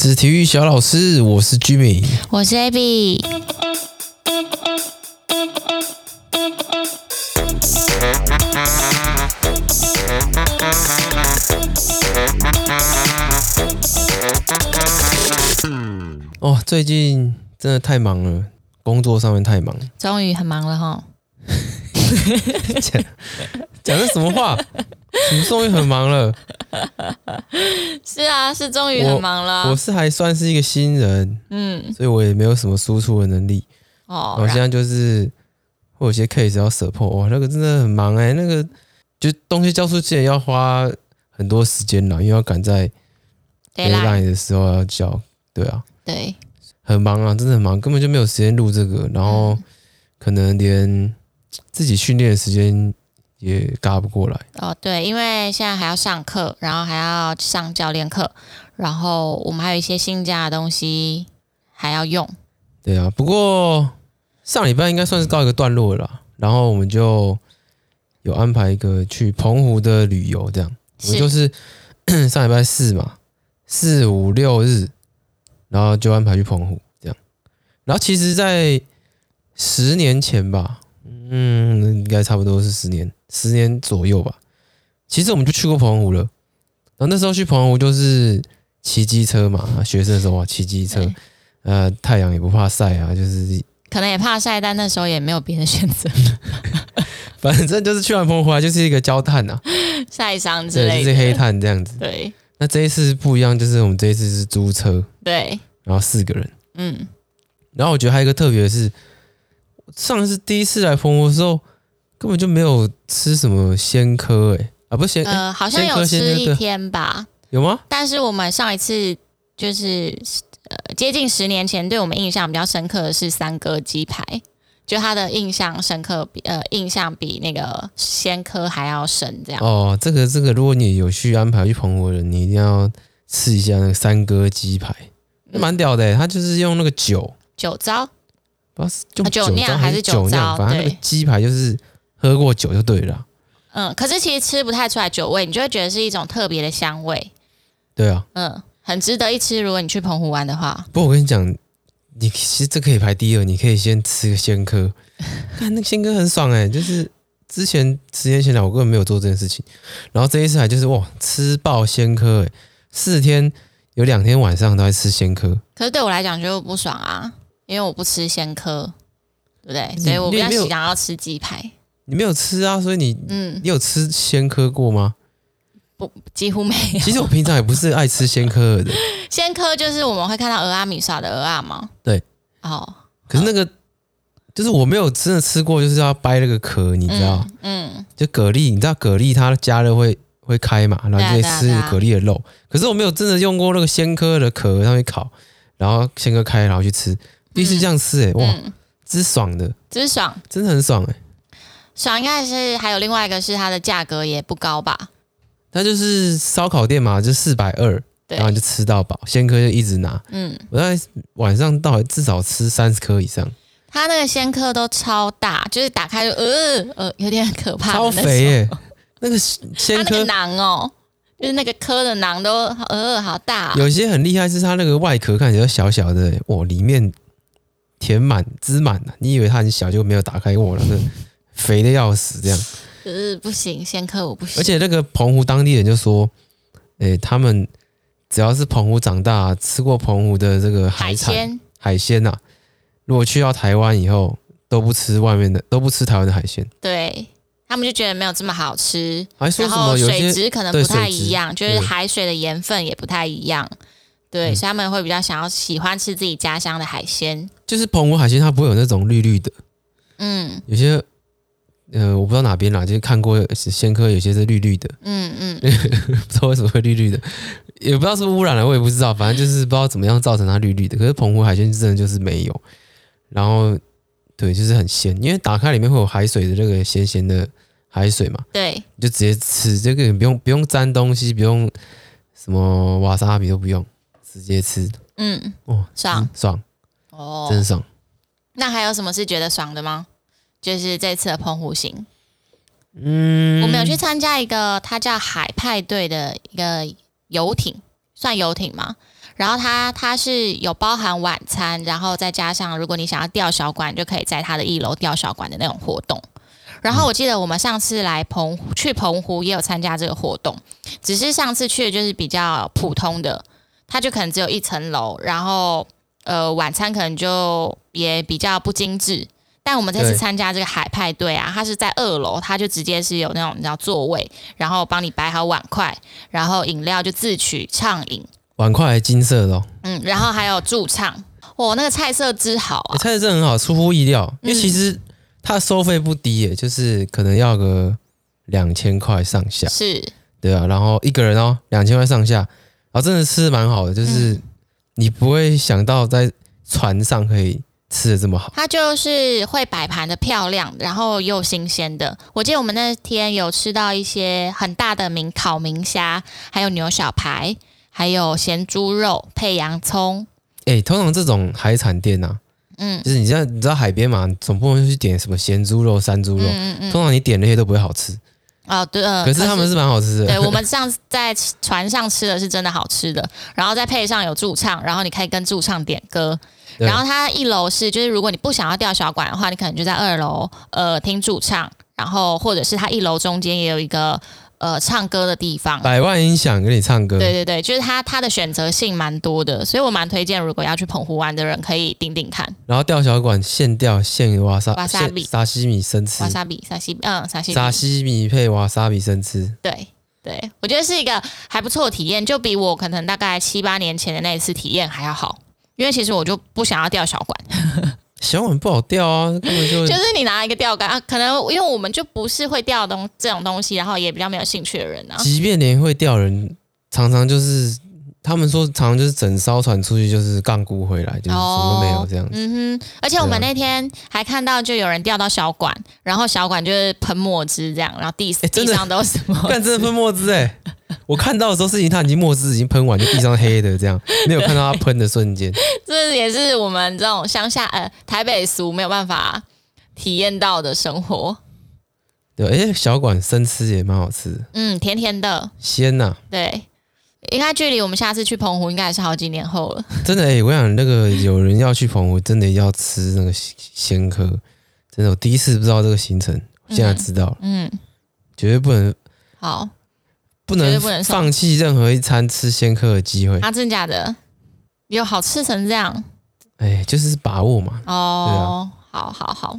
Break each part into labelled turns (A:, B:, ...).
A: 是体育小老师，我是 Jimmy。
B: 我是 AB，
A: 哦，最近真的太忙了，工作上面太忙。
B: 终于很忙了哈。
A: 讲讲的什么 话？你们终于很忙了。
B: 是啊，是终于很忙了
A: 我
B: 啊。
A: 是还算是一个新人，
B: 嗯，
A: 所以我也没有什么输出的能力。
B: 哦，
A: 我现在就是会有些 case 要 support，哇，那个真的很忙哎、那个就东西交出去也要花很多时间了，因为要赶在
B: d a y l i g
A: deadline
B: h t
A: 的时候要交。对啊，
B: 对，
A: 很忙啊，真的很忙，根本就没有时间录这个，然后可能连自己训练的时间也嘎不过来。
B: 哦对，因为现在还要上课，然后还要上教练课，然后我们还有一些新加的东西还要用。
A: 对啊，不过上礼拜应该算是告一个段落了啦，然后我们就有安排一个去澎湖的旅游，这样我们就是 上礼拜四嘛，四五六日，然后就安排去澎湖这样。然后其实，在十年前吧，嗯，应该差不多是十年，十年左右吧。其实我们就去过澎湖了，然后那时候去澎湖就是骑机车嘛，学生的时候啊，骑机车。
B: 对
A: 呃，太阳也不怕晒啊，就是
B: 可能也怕晒，但那时候也没有别的选择，
A: 反正就是去完澎湖回来就是一个焦炭啊，
B: 晒伤之
A: 对，
B: 类
A: 就是黑
B: 的。
A: 炭这样子。
B: 对
A: 那这一次不一样，就是我们这一次是租车，
B: 对，
A: 然后四个人。
B: 嗯，
A: 然后我觉得还有一个特别的是，上次第一次来澎湖的时候，根本就没有吃什么鲜科、欸，啊，不是鲜、
B: 呃，好像
A: 先
B: 有
A: 喝先
B: 吃
A: 喝
B: 一
A: 对
B: 天吧，
A: 有吗？
B: 但是我们上一次就是呃接近十年前，对我们印象比较深刻的是三哥鸡排，就他的印象深刻比呃印象比那个仙科还要深，这样、
A: 哦，这个这个，如果你有去安排去澎湖的人，你一定要吃一下那个三哥鸡排，
B: 嗯
A: 蛮屌的、欸，它就是用那个酒。
B: 酒糟
A: 不知道
B: 啊
A: 是
B: 酒
A: 用糟
B: 酿还是酒
A: 酒
B: 糟
A: 酿，反正那个
B: 对
A: 鸡排就是喝过酒就对了啦。
B: 嗯，可是其实吃不太出来酒味，你就会觉得是一种特别的香味，
A: 对啊，
B: 嗯，很值得一吃。如果你去澎湖玩的话，
A: 不过我跟你讲，你其实这可以排第二，你可以先吃个鲜 科，看那个鲜科很爽哎、就是之前十年前来我根本没有做这件事情，然后这一次来就是哇吃爆鲜科哎、四天有两天晚上都在吃鲜科，
B: 可是对我来讲就不爽啊，因为我不吃仙科，对不对？
A: 你
B: 所以我比较
A: 嗯你没有
B: 想要吃鸡排，
A: 你没有吃啊，所以你
B: 嗯，
A: 你有吃鲜科过吗？
B: 几乎没有。
A: 其实我平常也不是爱吃鲜科的，
B: 先科就是我们会看到鹅阿米耍的鹅阿吗？
A: 对。
B: 哦，
A: 可是那 个。就是我没有真的吃过，就是要掰那个壳，你知道？
B: 嗯，
A: 就蛤蜊，你知道蛤蜊它加热会会开嘛，然后你就可以
B: 对啊
A: 吃
B: 对啊
A: 蛤蜊的肉。可是我没有真的用过那个鲜科的壳上去烤，然后鲜科开，然后去吃，第一次这样吃、欸，哎、
B: 嗯
A: 哇，
B: 嗯，
A: 真爽的，
B: 就是爽
A: 真的很爽哎、
B: 爽，应该是还有另外一个是它的价格也不高吧？
A: 它就是烧烤店嘛，就四百二，
B: 对
A: 然，后你就吃到饱，鲜科就一直拿。
B: 嗯，
A: 我在晚上到底至少吃三十颗以上，
B: 它那个先科都超大，就是打开就呃呃，有点可怕，
A: 超肥耶、那个鲜
B: 它那个
A: 科
B: 囊哦，就是那个颗的囊都呃好大啊、
A: 有些很厉害，是它那个外壳看起来小小的、哇，里面填满滋满了、你以为它很小，就没有打开过，那个
B: 嗯
A: 肥的要死这样。
B: 呃不行，先科我不行，
A: 而且那个澎湖当地人就说，诶、他们只要是澎湖长大，吃过澎湖的这个
B: 海
A: 海产
B: 鲜
A: 海鲜呐、啊如果去到台湾以后，都不吃外面的，都不吃台湾的海鲜，
B: 对。他们就觉得没有这么好吃，
A: 还说
B: 然
A: 什
B: 后
A: 么有
B: 水
A: 些
B: 质可能
A: 对
B: 不太
A: 水质
B: 一样，就是
A: 对
B: 海水的盐分也不太一样，对，
A: 嗯
B: 所以他们会比较想要喜欢吃自己家乡的海鲜。
A: 就是澎湖海鲜，它不会有那种绿绿的，
B: 嗯
A: 有些呃我不知道哪边啦，就是看过鲜科有些是绿绿的。
B: 嗯嗯，
A: 不知道为什么会绿绿的，也不知道是不是污染了，我也不知道，反正就是不知道怎么样造成它绿绿的。可是澎湖海鲜真的就是没有，然后对，就是很鲜，因为打开里面会有海水的那个咸咸的海水嘛，
B: 对，
A: 你就直接吃，这个也不用不用沾东西，不用什么瓦萨比都不用，直接吃，
B: 嗯
A: 哦，
B: 爽
A: 爽，
B: 哦。
A: 真爽。
B: 那还有什么是觉得爽的吗？就是这次的澎湖行，
A: 嗯
B: 我们有去参加一个它叫海派对的一个游艇，算游艇吗？然后它它是有包含晚餐，然后再加上如果你想要钓小馆，就可以在它的一楼钓小馆的那种活动。然后我记得我们上次来澎湖去澎湖也有参加这个活动，只是上次去的就是比较普通的，它就可能只有一层楼，然后呃晚餐可能就也比较不精致。但我们这次
A: 对
B: 参加这个海派对啊，它是在二楼，它就直接是有那种你知道座位，然后帮你摆好碗筷，然后饮料就自取畅饮，
A: 碗筷还金色的、哦，
B: 嗯，然后还有驻唱，哇，那个菜色之好
A: 欸、，
B: 啊
A: 菜色很好，出乎意料，
B: 嗯
A: 因为其实它的收费不低耶，就是可能要个两千块上下，
B: 是
A: 对啊，然后一个人哦，两千块上下，然后真的吃得蛮好的，就是
B: 嗯
A: 你不会想到在船上可以吃的这么好，
B: 它就是会摆盘的漂亮，然后又新鲜的。我记得我们那天有吃到一些很大的明烤明虾，还有牛小排，还有咸猪肉配洋葱，
A: 哎、通常这种海产店啊，
B: 嗯
A: 就是你知道你知道海边嘛，总不能去点什么咸猪肉、山猪肉，
B: 嗯嗯嗯，
A: 通常你点那些都不会好吃，
B: 哦对，呃
A: 可是他们是蛮好吃的，
B: 对，我们上次在船上吃的是真的好吃的，然后再配上有驻唱，然后你可以跟驻唱点歌。
A: 对
B: 然后它一楼是，就是如果你不想要吊小管的话，你可能就在二楼呃听驻唱，然后或者是它一楼中间也有一个呃唱歌的地方。
A: 百万音响给你唱歌，
B: 对对对，就是它它的选择性蛮多的，所以我蛮推荐如果要去澎湖湾的人可以顶顶看。
A: 然后钓小馆现钓现瓦沙
B: Wasabi
A: 现沙西米生吃
B: 瓦，萨比沙西，嗯，沙西比，
A: 沙西米配瓦沙比生吃，
B: 对对，我觉得是一个还不错的体验，就比我可能大概七八年前的那一次体验还要好。因为其实我就不想要钓小管，
A: 小碗不好钓啊，根本 就
B: 就是你拿一个钓竿啊，可能因为我们就不是会钓东这种东西，然后也比较没有兴趣的人啊。
A: 即便连会钓人，常常就是他们说，常常就是整艘船出去就是杠孤回来，就是什么都没有这样子。
B: 哦嗯哼，而且我们
A: 对啊
B: 那天还看到就有人钓到小管，然后小管就是喷墨汁这样，然后地
A: 诶
B: 地
A: 哎真的
B: 上都是什 么？
A: 干、真的喷墨汁哎、我看到的时候，是已经他已经墨汁已经喷完，就地上黑的这样，没有看到他喷的瞬间。
B: 这也是我们这种乡下呃台北俗没有办法体验到的生活。
A: 对，哎、小馆生吃也蛮好吃的，
B: 嗯，甜甜的，
A: 鲜啊呐、
B: 对，应该距离我们下次去澎湖应该也是好几年后了。
A: 真的哎、我想那个有人要去澎湖，真的要吃那个鲜科，真的我第一次不知道这个行程，现在知道了，
B: 嗯，
A: 绝对不能
B: 好，
A: 不
B: 绝对
A: 能
B: 不能少
A: 放弃任何一餐吃鲜科的机会。
B: 啊，真假的，有好吃成这样
A: 哎、就是把握嘛，
B: 哦。好好好，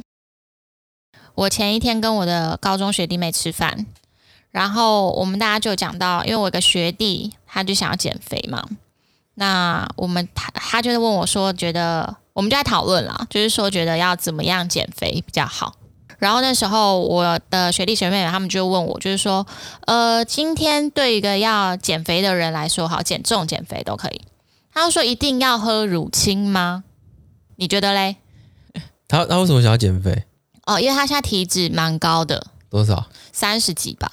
B: 我前一天跟我的高中学弟妹吃饭，然后我们大家就讲到，因为我有个学弟他就想要减肥嘛，那我们他他就是问我说，觉得我们就在讨论啦，就是说觉得要怎么样减肥比较好。然后那时候我的学弟学妹们他们就问我，就是说，呃，今天对一个要减肥的人来说，好减重、减肥都可以。他就说一定要喝乳清吗？你觉得嘞？
A: 他他为什么想要减肥？
B: 哦，因为他现在体脂蛮高的，
A: 多少？
B: 三十几吧。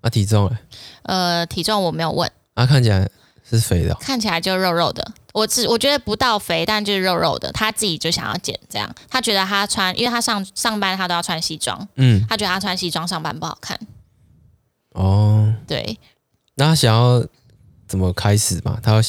A: 啊，体重哎、
B: 呃，体重我没有问，
A: 啊，看起来是肥的哦、
B: 看起来就肉肉的。我只我觉得不到肥，但就是肉肉的。他自己就想要减这样，他觉得他穿，因为他上上班他都要穿西装，
A: 嗯，
B: 他觉得他穿西装上班不好看。
A: 哦，
B: 对
A: 那他想要怎么开始嘛？他要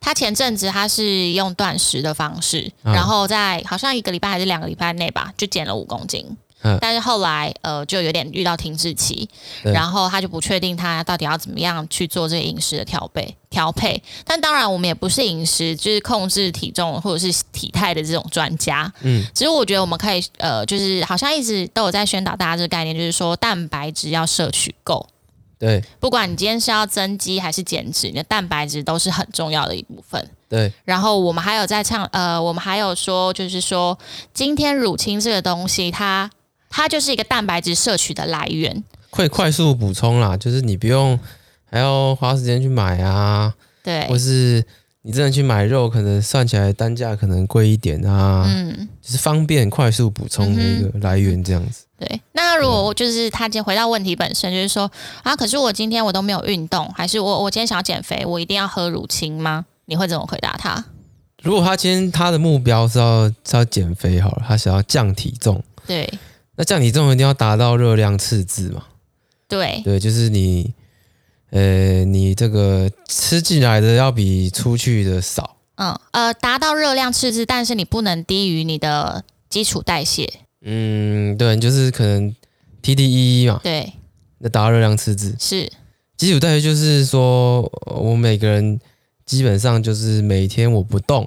B: 他前阵子他是用断食的方式，
A: 嗯
B: 然后在好像一个礼拜还是两个礼拜内吧，就减了五公斤。
A: 嗯
B: 但是后来呃就有点遇到停滞期，
A: 对
B: 然后他就不确定他到底要怎么样去做这个饮食的调配调配。但当然我们也不是饮食就是控制体重或者是体态的这种专家，
A: 嗯，
B: 只是我觉得我们可以呃就是好像一直都有在宣导大家这个概念，就是说蛋白质要摄取够。
A: 对
B: 不管你今天是要增肌还是减脂，你的蛋白质都是很重要的一部分。
A: 对，
B: 然后我们还有在唱，呃，我们还有说，就是说，今天乳清这个东西，它它就是一个蛋白质摄取的来源。
A: 会快速补充啦，就是你不用还要花时间去买啊，
B: 对
A: 或，是你真的去买肉，可能算起来单价可能贵一点啊，
B: 嗯，
A: 就是方便快速补充的一个来源这样子。
B: 对。那如果我就是他今天回到问题本身，就是说啊，可是我今天我都没有运动，还是我我今天想要减肥，我一定要喝乳清吗？你会怎么回答他？
A: 如果他今天他的目标是要是要减肥好了，他想要降体重，
B: 对
A: 那降体重一定要达到热量赤字嘛？
B: 对
A: 对，就是你呃，你这个吃进来的要比出去的少。
B: 嗯，呃，达到热量赤字，但是你不能低于你的基础代谢。
A: 嗯，对，就是可能 TDEE 嘛，
B: 对，
A: 那达到热量赤字。
B: 是，
A: 基础代谢就是说，呃我每个人基本上就是每天我不动，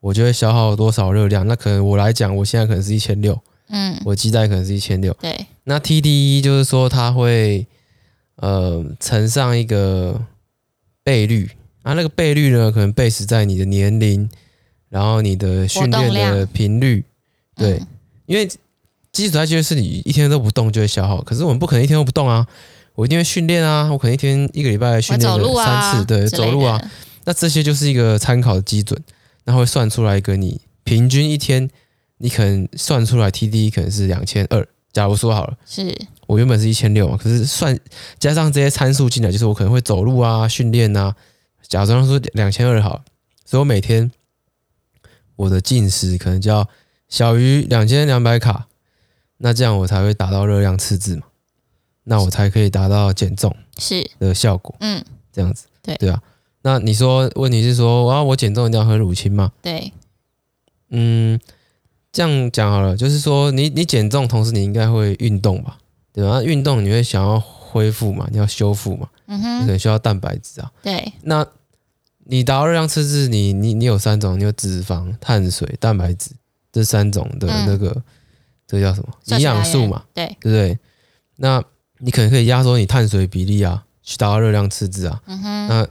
A: 我就会消耗多少热量。那可能我来讲，我现在可能是一千六，
B: 嗯，
A: 我基带可能是一千六。
B: 对，
A: 那 TDE 就是说它会呃乘上一个倍率啊，那个倍率呢，可能 base 在你的年龄，然后你的训
B: 活
A: 练
B: 动量
A: 的频率，对，
B: 嗯
A: 因为基础代谢是你一天都不动就会消耗，可是我们不可能一天都不动啊，我一定会训练啊，我可能一天一个礼拜
B: 我
A: 训练
B: 走路
A: 个
B: 啊，
A: 三次，对，
B: 之类
A: 走路啊
B: 的，，
A: 那这些就是一个参考的基准，那会算出来一个你平均一天，你可能算出来 TDE 可能是两千二，假如说好了。
B: 是，
A: 我原本是一千六嘛，可是算加上这些参数进来，就是我可能会走路啊、训练啊，假装说两千二好了，所以我每天我的进食可能就要小于两千两百卡，那这样我才会达到热量赤字嘛，那我才可以达到减重
B: 是，
A: 的效果，
B: 嗯，
A: 这样子，
B: 对
A: 对啊。那你说问题是说啊，我减重一定要喝乳清吗？
B: 对，
A: 嗯，这样讲好了，就是说你你减重，同时你应该会运动吧，对吧？那运动你会想要恢复嘛，你要修复嘛，
B: 嗯
A: 你可
B: 哼，
A: 能需要蛋白质啊。
B: 对，
A: 那你达到热量赤字，你你你有三种，你有脂肪、碳水、蛋白质这三种的
B: 嗯
A: 那个，这叫什么？
B: 算
A: 营
B: 起来
A: 养素嘛，
B: 对，
A: 对不对？那你可能可以压缩你碳水比例啊，去达到热量赤字啊。
B: 嗯哼，
A: 那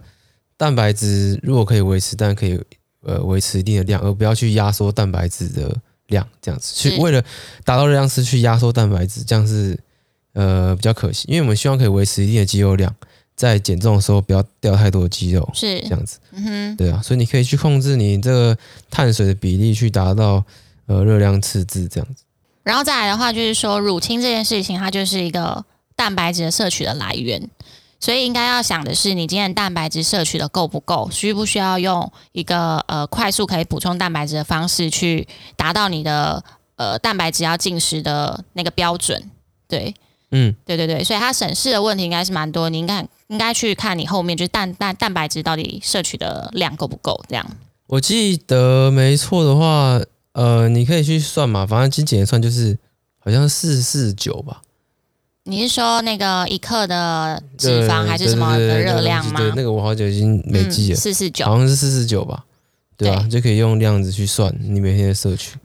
A: 蛋白质如果可以维持，但可以呃维持一定的量，而不要去压缩蛋白质的量，这样子去
B: 是
A: 为了达到热量是去压缩蛋白质，这样是呃比较可惜，因为我们希望可以维持一定的肌肉量，在减重的时候不要掉太多的肌肉，这
B: 是，
A: 样子
B: 嗯哼，
A: 对啊，所以你可以去控制你这个碳水的比例，去达到呃热量赤字这样子，
B: 然后再来的话，就是说乳清这件事情，它就是一个蛋白质的摄取的来源，所以应该要想的是，你今天的蛋白质摄取的够不够，需不需要用一个呃快速可以补充蛋白质的方式去达到你的呃蛋白质要进食的那个标准。对，
A: 嗯，
B: 对对对，所以它审视的问题应该是蛮多，你应该应该去看你后面就是蛋蛋蛋白质到底摄取的量够不够，这样。
A: 我记得没错的话，呃，你可以去算嘛，反正精简一算就是好像四四九吧。
B: 你是说那个一克的脂肪
A: 对
B: 还是什么
A: 对
B: 的
A: 对对
B: 热量
A: 那个东西
B: 吗嗯
A: 对，？那个我好久已经没记了，
B: 四四九。
A: 好像是四十九吧。对啊，就可以用量子去算你每天的摄取。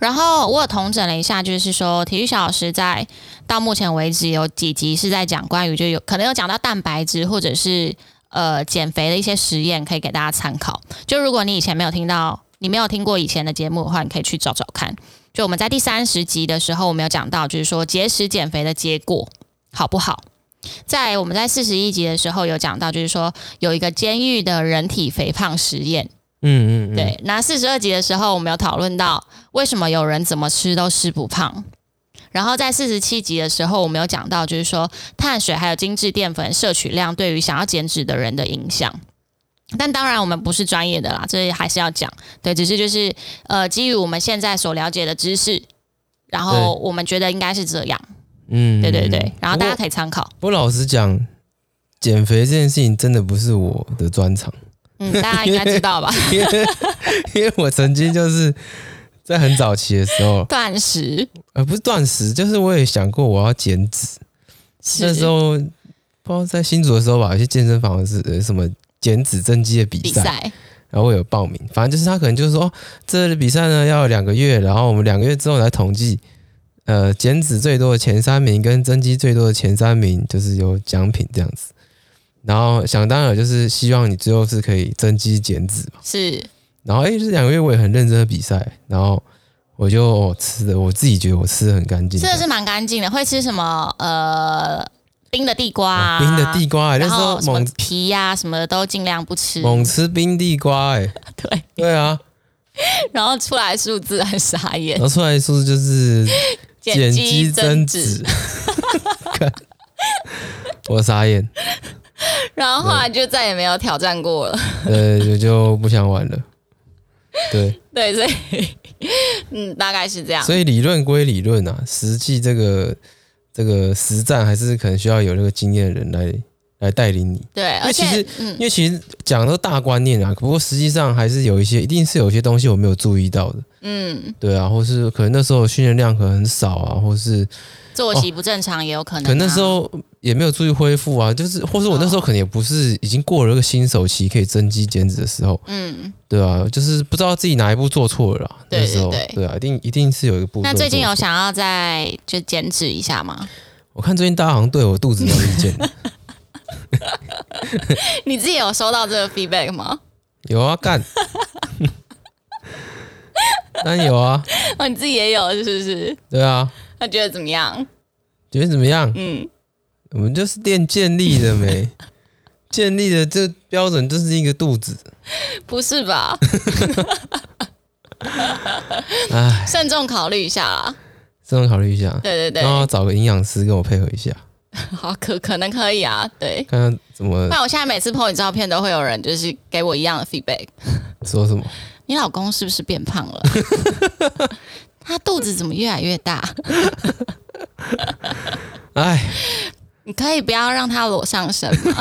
B: 然后我有统整了一下，就是说体育小老师在到目前为止有几集是在讲关于就有可能有讲到蛋白质或者是呃减肥的一些实验，可以给大家参考。就如果你以前没有听到，你没有听过以前的节目的话，你可以去找找看。就我们在第三十集的时候，我们有讲到，就是说节食减肥的结果好不好？在我们在四十一集的时候有讲到，就是说有一个监狱的人体肥胖实验，
A: 嗯嗯嗯，，
B: 对，那四十二集的时候，我们有讨论到为什么有人怎么吃都吃不胖。然后在四十七集的时候，我们有讲到，就是说碳水还有精致淀粉摄取量对于想要减脂的人的影响。但当然，我们不是专业的啦，这还是要讲。对，只是就是呃，基于我们现在所了解的知识，然后我们觉得应该是这样。
A: 嗯，
B: 对对对，然后大家
A: 不过
B: 可以参考。
A: 我老实讲，减肥这件事情真的不是我的专长，
B: 嗯，大家应该知道吧？
A: 因为因为我曾经就是在很早期的时候，
B: 断食
A: 呃，不是断食，就是我也想过我要减脂。
B: 是
A: 那时候不知道在新竹的时候吧，有些健身房是呃什么减脂增肌的比
B: 比
A: 赛，
B: 赛
A: 然后我有报名，反正就是他可能就是说，哦、这个比赛呢要有两个月，然后我们两个月之后来统计，呃，减脂最多的前三名跟增肌最多的前三名，就是有奖品这样子。然后想当然就是希望你最后是可以增肌减脂嘛。
B: 是
A: 然后诶，这两个月我也很认真的比赛，然后我就、哦吃的，我自己觉得我吃的很干净，
B: 真的是蛮干净的。会吃什么？呃，冰的地瓜、啊，
A: 啊冰的地瓜、欸，那
B: 然
A: 时候
B: 后什么
A: 猛
B: 皮呀、什么的都尽量不吃。
A: 猛吃冰地瓜、欸，
B: 对，
A: 对啊，
B: 然后出来数字很傻眼
A: 然，后出来数字就是呃减
B: 肌
A: 肌
B: 增
A: 增
B: 脂
A: 脂，看我傻眼，
B: 然后后来就再也没有挑战过了。
A: 呃，就就不想玩了。对，
B: 对，所以嗯，大概是这样。
A: 所以理论归理论啊，实际这个这个实战还是可能需要有那个经验的人来来带领你。
B: 对，
A: 为
B: 而
A: 其
B: 且
A: 实
B: 嗯
A: 因，为其实讲的都大观念啊，不过实际上还是有一些，一定是有一些东西我没有注意到的，
B: 嗯，
A: 对啊，或是可能那时候训练量可能很少啊，或是
B: 作息不正常也有可能、啊
A: 哦可能那时候也没有注意恢复啊，就是或是我那时候可能也不是已经过了一个新手期可以增肌减脂的时候，
B: 嗯，
A: 对啊，就是不知道自己哪一步做错了啦，
B: 对
A: 那时候
B: 对对
A: 对啊，一定一定是有一个步骤。
B: 那最近有，想要再就减脂一下吗？
A: 我看最近大家好像对我肚子有意见，
B: 你自己有收到这个 feedback 吗？
A: 有啊干，当然有啊，
B: 哦，你自己也有是不是？
A: 对啊，
B: 那觉得怎么样？
A: 觉得怎么样？
B: 嗯，
A: 我们就是练建立的没，建立的这标准就是一个肚子，
B: 不是吧？
A: 唉，
B: 慎重考虑一下啦。
A: 这种考虑一下，
B: 对对
A: 然后找个营养师跟我配合一下，
B: 对，好可可能可以啊。对，
A: 看看怎么
B: 那我现在每次 po 你照片都会有人就是给我一样的 feedback，
A: 说什么。
B: 你老公是不是变 胖了？他肚子怎么越来越大？
A: 唉，
B: 你可以不要让他裸上身 吗？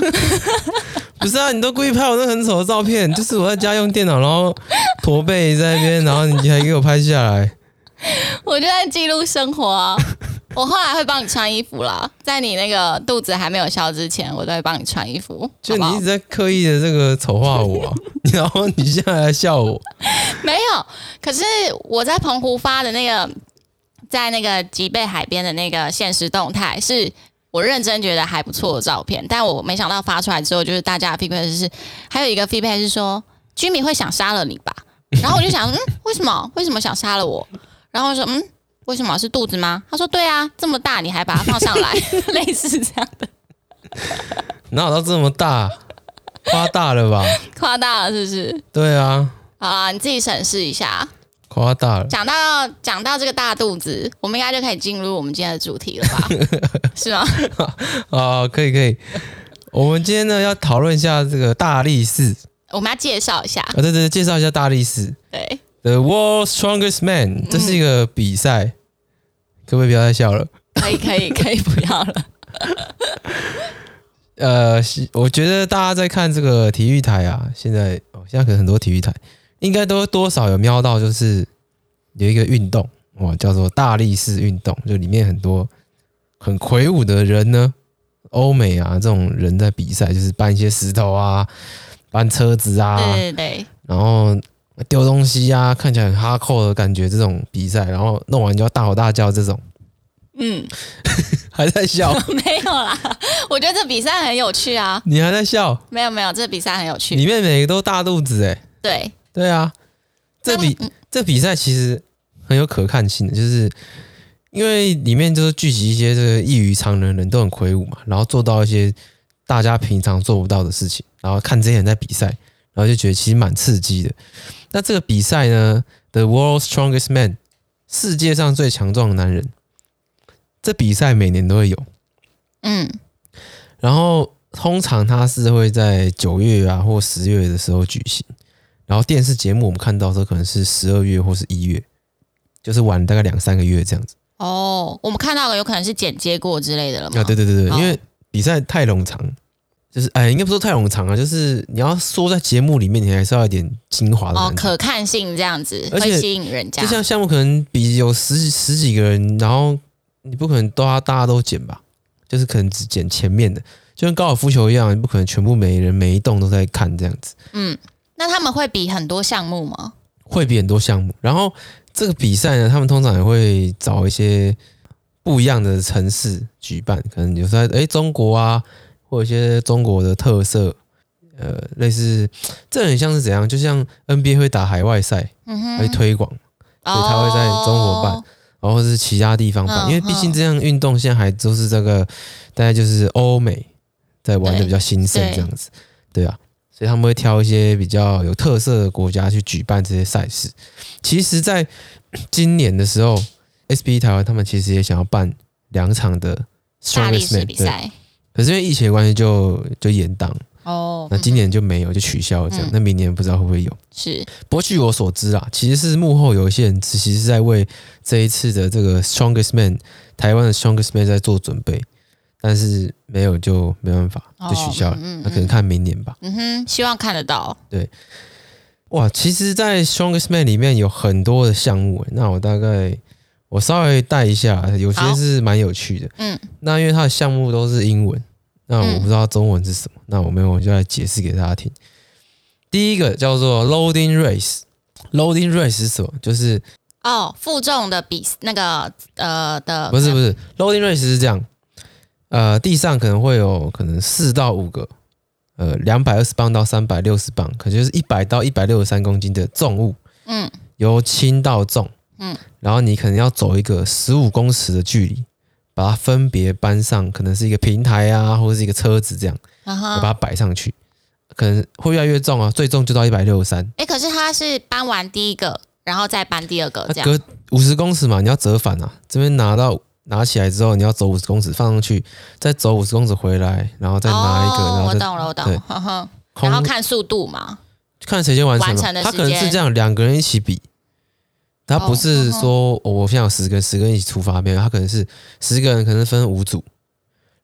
A: 不是啊，你都故意拍我那很丑的照片， 就是我在家用电脑，然后驼背在那边，然后你还给我拍 下来。
B: 我就在记录生活啊。我后来会帮你穿衣服啦，在你那个肚子还没有消之前，我都会帮你穿衣服，
A: 就你
B: 好不
A: 一
B: 好
A: 直在刻意的这个丑化我、啊， 然后你现在来笑我，
B: 没有。可是我在澎湖发的那个，在那个吉贝海边的那个现实动态，是我认真觉得还不错的照片，但我没想到发出来之后，就是大家的 feedback 就是，还有一个 feedback 是说居民会想杀了你吧？然后我就想，嗯，为什么？为什么想杀了我？然后我说，嗯，为什么是肚子吗？他说，对啊，这么大你还把它放上来， 类似这样。
A: 哪有到这么大？夸大了吧？
B: 夸大了是不是？
A: 对啊，
B: 好啊，你自己审视一下。
A: 夸大了。
B: 讲到讲到这个大肚子，我们应该就可以进入我们今天的主题了 吧？是吗？
A: 啊，可以可以。我们今天呢要讨论一下这个大力士
B: 我们要介绍一下，
A: 啊，对对对，介绍一下大力士
B: 对，
A: The World Strongest Man，这是一个比赛，可不可以不要再笑了？
B: 可以 可以可以不要了。
A: 呃，是我觉得大家在看这个体育台啊，现在哦，现在可能很多体育台应该都多少有瞄到，就是有一个运动哇，叫做大力士运动，就里面很多很魁梧的人呢，欧美啊这种人在比赛，就是搬一些石头啊，搬车子啊，
B: 对对对，
A: 然后丢东西啊，看起来很哈扣的感觉，这种比赛，然后弄完就要大吼大叫，这种
B: 嗯，
A: 还在笑，
B: 没有啦。我觉得这比赛很有趣啊。
A: 你还在笑，
B: 没有没有，这比赛很有趣。
A: 里面每个都大肚子哎、
B: 对，
A: 对啊，这比这比赛其实很有可看性的，就是因为里面就是聚集一些这个异于常人的人都很魁梧嘛，然后做到一些大家平常做不到的事情，然后看这些人在比赛，然后就觉得其实蛮刺激的。那这个比赛呢，The World's Strongest Man，世界上最强壮的男人，这比赛每年都会有。
B: 嗯
A: 然后通常它是会在九月啊或十月的时候举行，然后电视节目我们看到的时候可能是十二月或是一月，就是晚大概两三个月这样子。
B: 哦，我们看到的有可能是剪接过之类的了嘛？哦
A: 啊，对对对对，
B: 好
A: 因为比赛太冗长，就是哎，应该不说太冗长啊，就是你要说在节目里面，你还是要有点精华的
B: 哦，
A: 感觉。
B: 可看性这样子
A: 而且
B: 会吸引人家
A: 就。像项目可能比有十几十几个人，然后你不可能都大家都剪吧，就是可能只剪前面的，就跟高尔夫球一样，你不可能全部每人每一栋都在看这样子。
B: 嗯，那他们会比很多项目吗？
A: 会比很多项目。然后这个比赛呢，他们通常也会找一些不一样的城市举办，可能有时候哎中国啊，或有一些中国的特色，呃，类似这很像是怎样，就像 NBA 会打海外赛
B: 嗯
A: 来
B: 哼，
A: 推广，所以哎他会在中国办
B: 哦
A: 然后是其他地方办，
B: 嗯
A: 因为毕竟这项运动现在还都是这个大概就是欧美在玩的比较兴盛
B: 对
A: 这样子，对啊，所以他们会挑一些比较有特色的国家去举办这些赛事。其实，在今年的时候，SB 台湾他们其实也想要办两场的
B: 大力
A: Strongest
B: 士
A: Man
B: 比
A: 对，
B: 赛
A: 可是因为疫情的关系就就延档，
B: 哦
A: 那今年就没有就取消了这样
B: 嗯，
A: 那明年不知道会不会有。
B: 是
A: 不过据我所知啊，其实是幕后有一些人其实是在为这一次的这个 Strongest Man 台湾的 Strongest Man 在做准备。但是没有就没办法，
B: 哦
A: 就取消了。那、
B: 嗯嗯
A: 可能看明年吧。
B: 嗯哼，希望看得到。
A: 哇，其实，在 Strongest Man 里面有很多的项目，那我大概我稍微带一下，有些
B: 好
A: 是蛮有趣的。
B: 嗯，
A: 那因为它的项目都是英文，那我
B: 嗯
A: 不知道中文是什么，那我们我就来解释给大家听。第一个叫做 Loading Race，Loading Race 是什么？就是
B: 哦，负重的比那个呃的
A: 不是不是，loading race 是这样，呃，地上可能会有可能四到五个，呃，两百二十磅到三百六十磅，可能就是一百到一百六十三公斤的重物，
B: 嗯
A: 由轻到重，
B: 嗯
A: 嗯，然后你可能要走一个十五公尺的距离，把它分别搬上，可能是一个平台啊，或者是一个车子这样，
B: 然
A: 把
B: 后
A: 它摆上去，可能会越来越重啊，最重就到一百六十三，
B: 哎，可是他是搬完第一个，然后再搬第二个，这
A: 它
B: 样
A: 啊隔五十公尺嘛，你要折返啊，这边拿到拿起来之后，你要走五十公尺放上去，再走五十公尺回来，然后再拿一个，
B: 哦
A: 然后
B: 我
A: 再
B: 懂了，我懂
A: 对
B: 了，呵呵
A: 空
B: 然后看速度嘛，
A: 看谁先完成嘛。
B: 完成的时
A: 他
B: 间
A: 可能是这样，两个人一起比，他不是
B: 嗯
A: 说、哦我现在有十个人，十个人一起出发，没有，他可能是十个人可能分五组，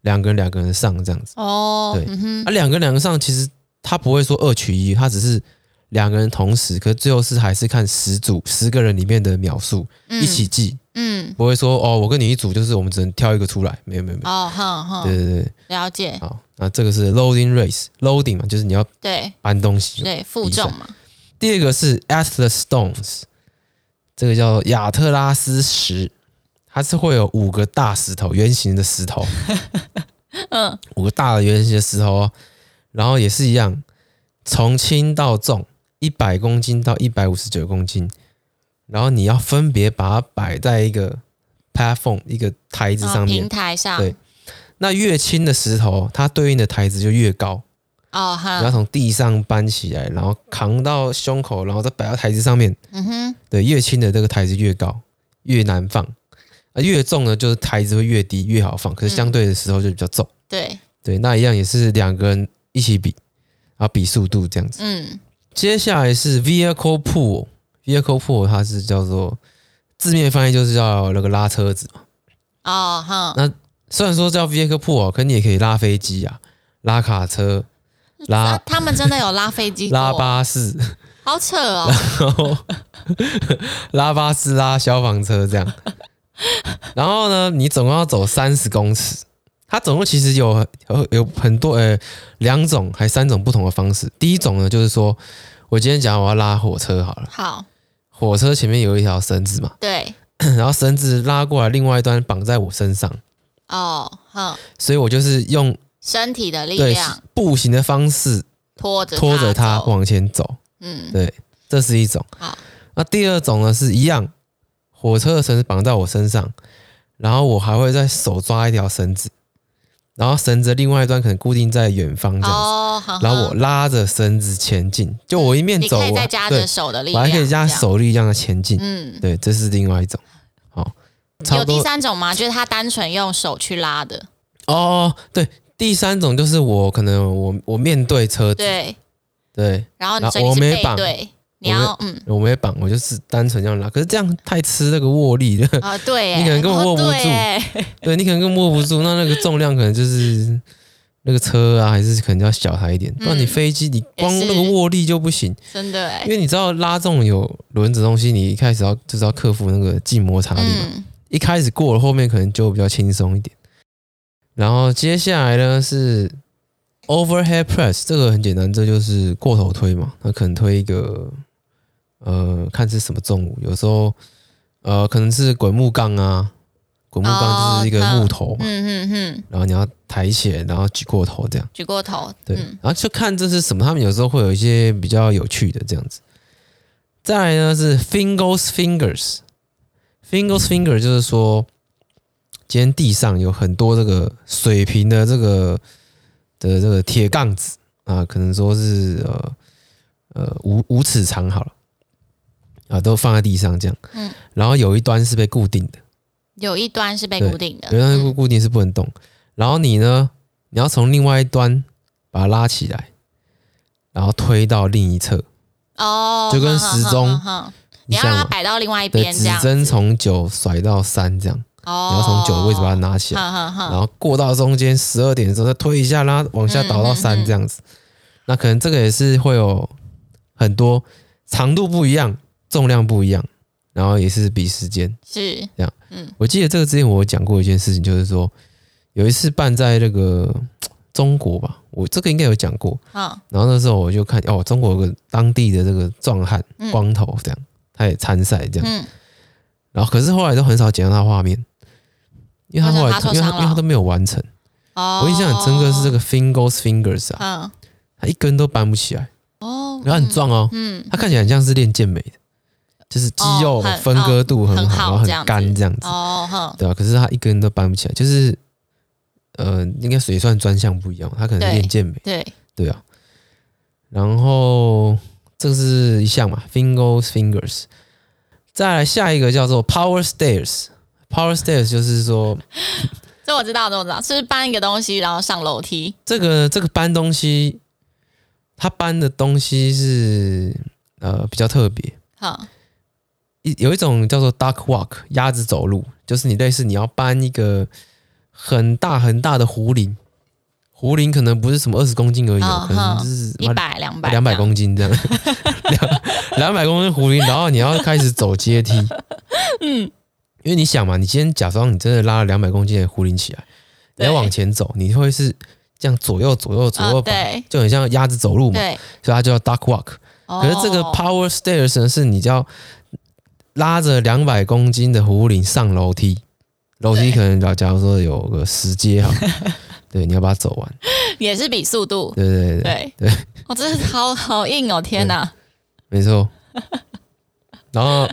A: 两个人两个人上这样子。
B: 哦
A: 对，
B: 嗯哼，
A: 啊，两个人两个上，其实他不会说二取一，他只是两个人同时，可是最后是还是看十组十个人里面的秒数、
B: 嗯
A: 一起记。
B: 嗯，
A: 不会说哦，我跟你一组，就是我们只能挑一个出来，没有没有没有，
B: 哦，哼哼，
A: 对对对，
B: 了解，
A: 好，那这个是 loading race，loading 嘛，就是你要
B: 对
A: 搬东西。
B: 对，负重嘛，
A: 第二个是 Atlas Stones，这个叫亚特拉斯石，它是会有五个大石头，圆形的石头，
B: 嗯，
A: 五个大的圆形的石头哦，然后也是一样，从轻到重，一百公斤到一百五十九公斤，然后你要分别把它摆在一个 platform 一个台子
B: 然
A: 上
B: 后
A: 面
B: 哦平，台上，
A: 对那越轻的石头，它对应的台子就越高。
B: 哦
A: 你要
B: 哼，
A: 从地上搬起来，然后扛到胸口，然后再摆到台子上面。
B: 嗯哼，
A: 对，越轻的这个台子越高，越难放。啊，越重呢，就是台子会越低，越好放。可是相对的石头就比较重。
B: 对，
A: 对，那一样也是两个人一起比，然后比速度这样子。
B: 嗯，
A: 接下来是 vehicle pull，vehicle pull 它是叫做字面翻译就是叫那个拉车子嘛。
B: 哦哼，
A: 虽然说叫 vehicle pull，哦可你也可以拉飞机啊，拉卡车，
B: 那
A: 拉
B: 他们真的有拉飞机过，
A: 拉巴士。
B: 好扯哦，
A: 然后拉巴士拉消防车这样。 然后呢，你总共要走三十公尺。它总共其实有有有很多呃两种还三种不同的方式。第一种呢，就是说我今天讲我要拉火车好了，
B: 好，
A: 火车前面有一条绳子嘛，
B: 对，
A: 然后绳子拉过来，另外一端绑在我身上，
B: 哦哼，
A: 所以我就是用
B: 身体的力
A: 对
B: 量
A: 步行的方式
B: 拖着
A: 拖着它
B: 它走，
A: 往前走。
B: 嗯，
A: 对，这是一种。
B: 好，
A: 那第二种呢是一样，火车的绳子绑在我身上，然后我还会在手抓一条绳子，然后绳子的另外一端可能固定在远方这样子，
B: 哦，哼
A: 然后我拉着绳子前进，就我一面
B: 你
A: 走，
B: 可以
A: 我
B: 再
A: 还
B: 加
A: 对
B: 着，手的力
A: 我
B: 量，
A: 还可以加
B: 这样，
A: 手力这样的前进。
B: 嗯，
A: 对，这是另外一种。好，差
B: 有
A: 不
B: 第
A: 多
B: 三种吗？就是他单纯用手去拉的，
A: 哦，对。第三种就是我可能我我面对车子，
B: 对，
A: 对
B: 然后
A: 然
B: 你
A: 后
B: 所以你
A: 我
B: 是
A: 没
B: 背
A: 绑
B: 对，你
A: 我没
B: 要嗯
A: 我没绑，我就是单纯这样拉，可是这样太吃那个握力了。
B: 啊对耶，
A: 你可能根本
B: 哦
A: 握不
B: 对
A: 住
B: 耶
A: 对你可能更握不住，那那个重量可能就是那个车啊，还是可能要小台一点。不然你飞机，你光
B: 嗯也是哎
A: 那个握力就不行，
B: 真的
A: 因
B: 耶，
A: 为你知道拉重有轮子东西，你一开始要就是要克服那个静摩擦力嘛。
B: 嗯
A: 一开始过了，后面可能就比较轻松一点。然后接下来呢是 overhead press，这个很简单，这就是过头推嘛。它可能推一个呃，看是什么重物，有时候呃可能是滚木杠啊，滚木杠就是一个
B: 哦嗯
A: 木头嘛，
B: 嗯嗯嗯，
A: 然后你要抬起来，然后举过头这样。
B: 举过头，
A: 对，
B: 嗯
A: 然后就看这是什么，他们有时候会有一些比较有趣的这样子。再来呢是 fingers fingers，fingers finger 就是说，今天地上有很多这个水平的这个的这个铁杠子啊，可能说是呃呃五五尺长好了啊，都放在地上这样，
B: 嗯
A: 然后有一端是被固定的。
B: 有一端是被
A: 对
B: 固定的，
A: 有一端固
B: 嗯
A: 固定是不能动，然后你呢，你要从另外一端把它拉起来，然后推到另一侧。
B: 哦，
A: 就跟
B: 哼哼
A: 时钟
B: 哼哼哼你要
A: 像
B: 让它
A: 嘛？
B: 摆到另外一
A: 对，
B: 边，这
A: 指
B: 样
A: 针从九甩到三这样，
B: 哦，嗯
A: 你要从九的位置把它拿起来，
B: 哼哼哼
A: 然后过到中间十二点的时候再推一下，让它往下倒到
B: 嗯嗯
A: 三
B: 嗯
A: 这样子。那可能这个也是会有很多长度不一样，重量不一样，然后也是比时间。
B: 是
A: 我记得这个之前我有讲过一件事情，就是说有一次办在那个中国吧，我这个应该有讲过。
B: 嗯
A: 然后那时候我就看哦，中国有个当地的这个壮汉
B: 嗯
A: 光头这样，他也参赛这样。
B: 嗯
A: 然后可是后来都很少捡到他的画面，因为他后
B: 为
A: 来
B: 什么他受
A: 因为他
B: 伤了
A: 因为他都没有完成。
B: 哦，
A: 我印象很深刻是这个 fingers fingers 啊，
B: 嗯
A: 他一根都搬不起来，
B: 哦，
A: 然后很
B: 嗯
A: 壮哦，
B: 嗯
A: 他看起来很像是练健美的，就是肌
B: 哦
A: 肉
B: 很
A: 分割度
B: 哦
A: 很
B: 很好
A: 好，然后
B: 这样
A: 很
B: 子
A: 干这样子，
B: 哦哼
A: 对啊，可是他一根都搬不起来，就是呃，应该也算专项不一样，他可能
B: 对
A: 练健美，
B: 对
A: 对啊。然后这是一项嘛，fingers fingers，再来下一个叫做 power stairs，power stairs 就是说
B: 这我知道，这我知道，是搬一个东西然后上楼梯。
A: 这个这个搬东西，他搬的东西是呃比较特别，
B: 好，
A: 一有一种叫做 duck walk 鸭子走路，就是你类似你要搬一个很大很大的壶铃，壶铃可能不是什么二十公斤而已哦，
B: 嗯
A: 可能就是
B: 一百两百
A: 两百
B: 斤，
A: 公斤这样，两两百公斤壶铃，然后你要开始走阶 梯，嗯，因为你想嘛，你今天假装你真的拉了两百公斤的壶铃起来，你要
B: 对
A: 往前走，你会是这样左右左右左右
B: 啊
A: 摆
B: 对
A: 就很像鸭子走路嘛，
B: 对。
A: 所以它叫 duck walk。
B: 哦
A: 可是这个 power stairs 呢，是你就要拉着两百公斤的壶铃上楼梯，楼梯可能假假如说有个十阶 哈，对，你要把它走完，
B: 也是比速度，
A: 对对对，
B: 对
A: 对，
B: 我、真的好好硬哦，天哪！
A: 没错。然后，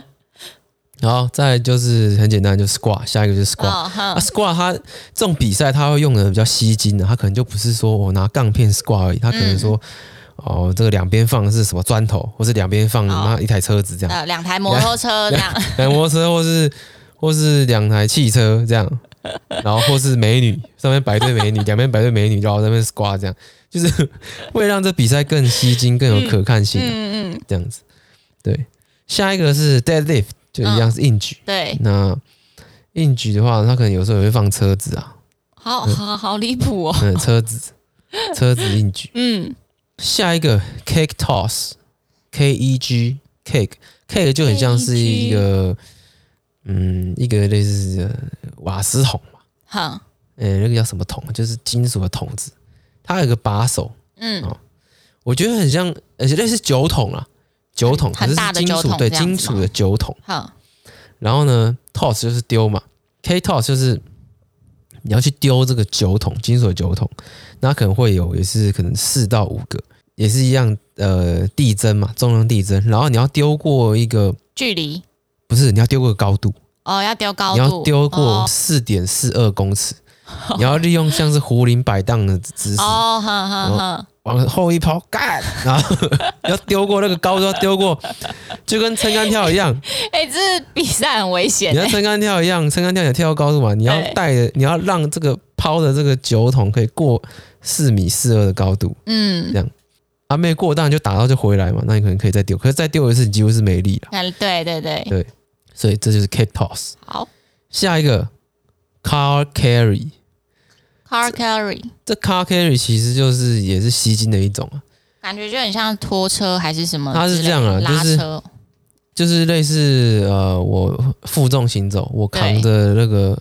A: 然后再来就是很简单，就 squat，下一个就是 squat。
B: 哦
A: 啊
B: 哼，
A: ，squat 它这种比赛，它会用的比较吸睛啊的，它可能就不是说我拿杠片 squat 而已，它可能
B: 嗯
A: 说、哦，这个两边放的是什么砖头，或是两边放
B: 哦
A: 那一台车子这样，
B: 呃，两台摩托车这样，
A: 两摩托车或是或是两台汽车这样，然后或是美女上面摆对美女，两边摆对美女，然后在那边 squat 这样，就是 为了让这比赛更吸睛、更有可看性、啊，
B: 嗯嗯，
A: 这样子。对，下一个是 deadlift，就一样是硬举。
B: 对，
A: 那硬举的话，它可能有时候也会放车子啊，
B: 好好好离谱哦，
A: 嗯，车子，车子硬举。
B: 嗯，
A: 下一个 cake toss，K E G cake cake 就很像是一
B: E
A: 个，嗯，一个类似呃瓦斯桶嘛，
B: 好，
A: 呃、那个叫什么桶？就是金属的桶子，它有个把手，
B: 嗯，
A: 我觉得很像，而且类似酒桶啊，酒桶，可
B: 很
A: 是
B: 大
A: 是
B: 的
A: 金
B: 酒
A: 属
B: 桶
A: 对
B: 这样子
A: 金属的酒桶。
B: 好，
A: 然后呢，toss 就是丢嘛，K toss 就是你要去丢这个酒桶，金属的酒桶，那可能会有也是可能四到五个，也是一样，呃，递增嘛，重量递增，然后你要丢过一个，
B: 距离
A: 不是你要丢过高度，
B: 哦，要丢高
A: 你
B: 度，
A: 要丢过
B: 哦，
A: 四点四二公尺，你要利用像是壶铃摆荡的姿势，
B: 哦，哼哼哼，
A: 往后一抛，干，然后 要丢过那个高度，要丢过，就跟撑杆跳一样，
B: 哎、这比赛很危险
A: 你要
B: 哎、
A: 撑杆跳一样，撑杆跳也跳到高度嘛，你要
B: 对
A: 带着，你要让这个抛的这个酒桶可以过四米四二的高度，
B: 嗯，
A: 啊，没过当然就打到就回来嘛，那你可能可以再丢，可是再丢一次你几乎是没力了，
B: 看，对对对，
A: 所以这就是 kick toss。
B: 好
A: 下一个 car carry，
B: ，car carry，
A: 这 car carry 其实就是也是吸睛的一种啊，
B: 感觉就很像拖车还是什么之类
A: 它
B: 的，
A: 是这样啊
B: 拉
A: 就是
B: 车，
A: 就是类似呃我负重行走，我扛着那个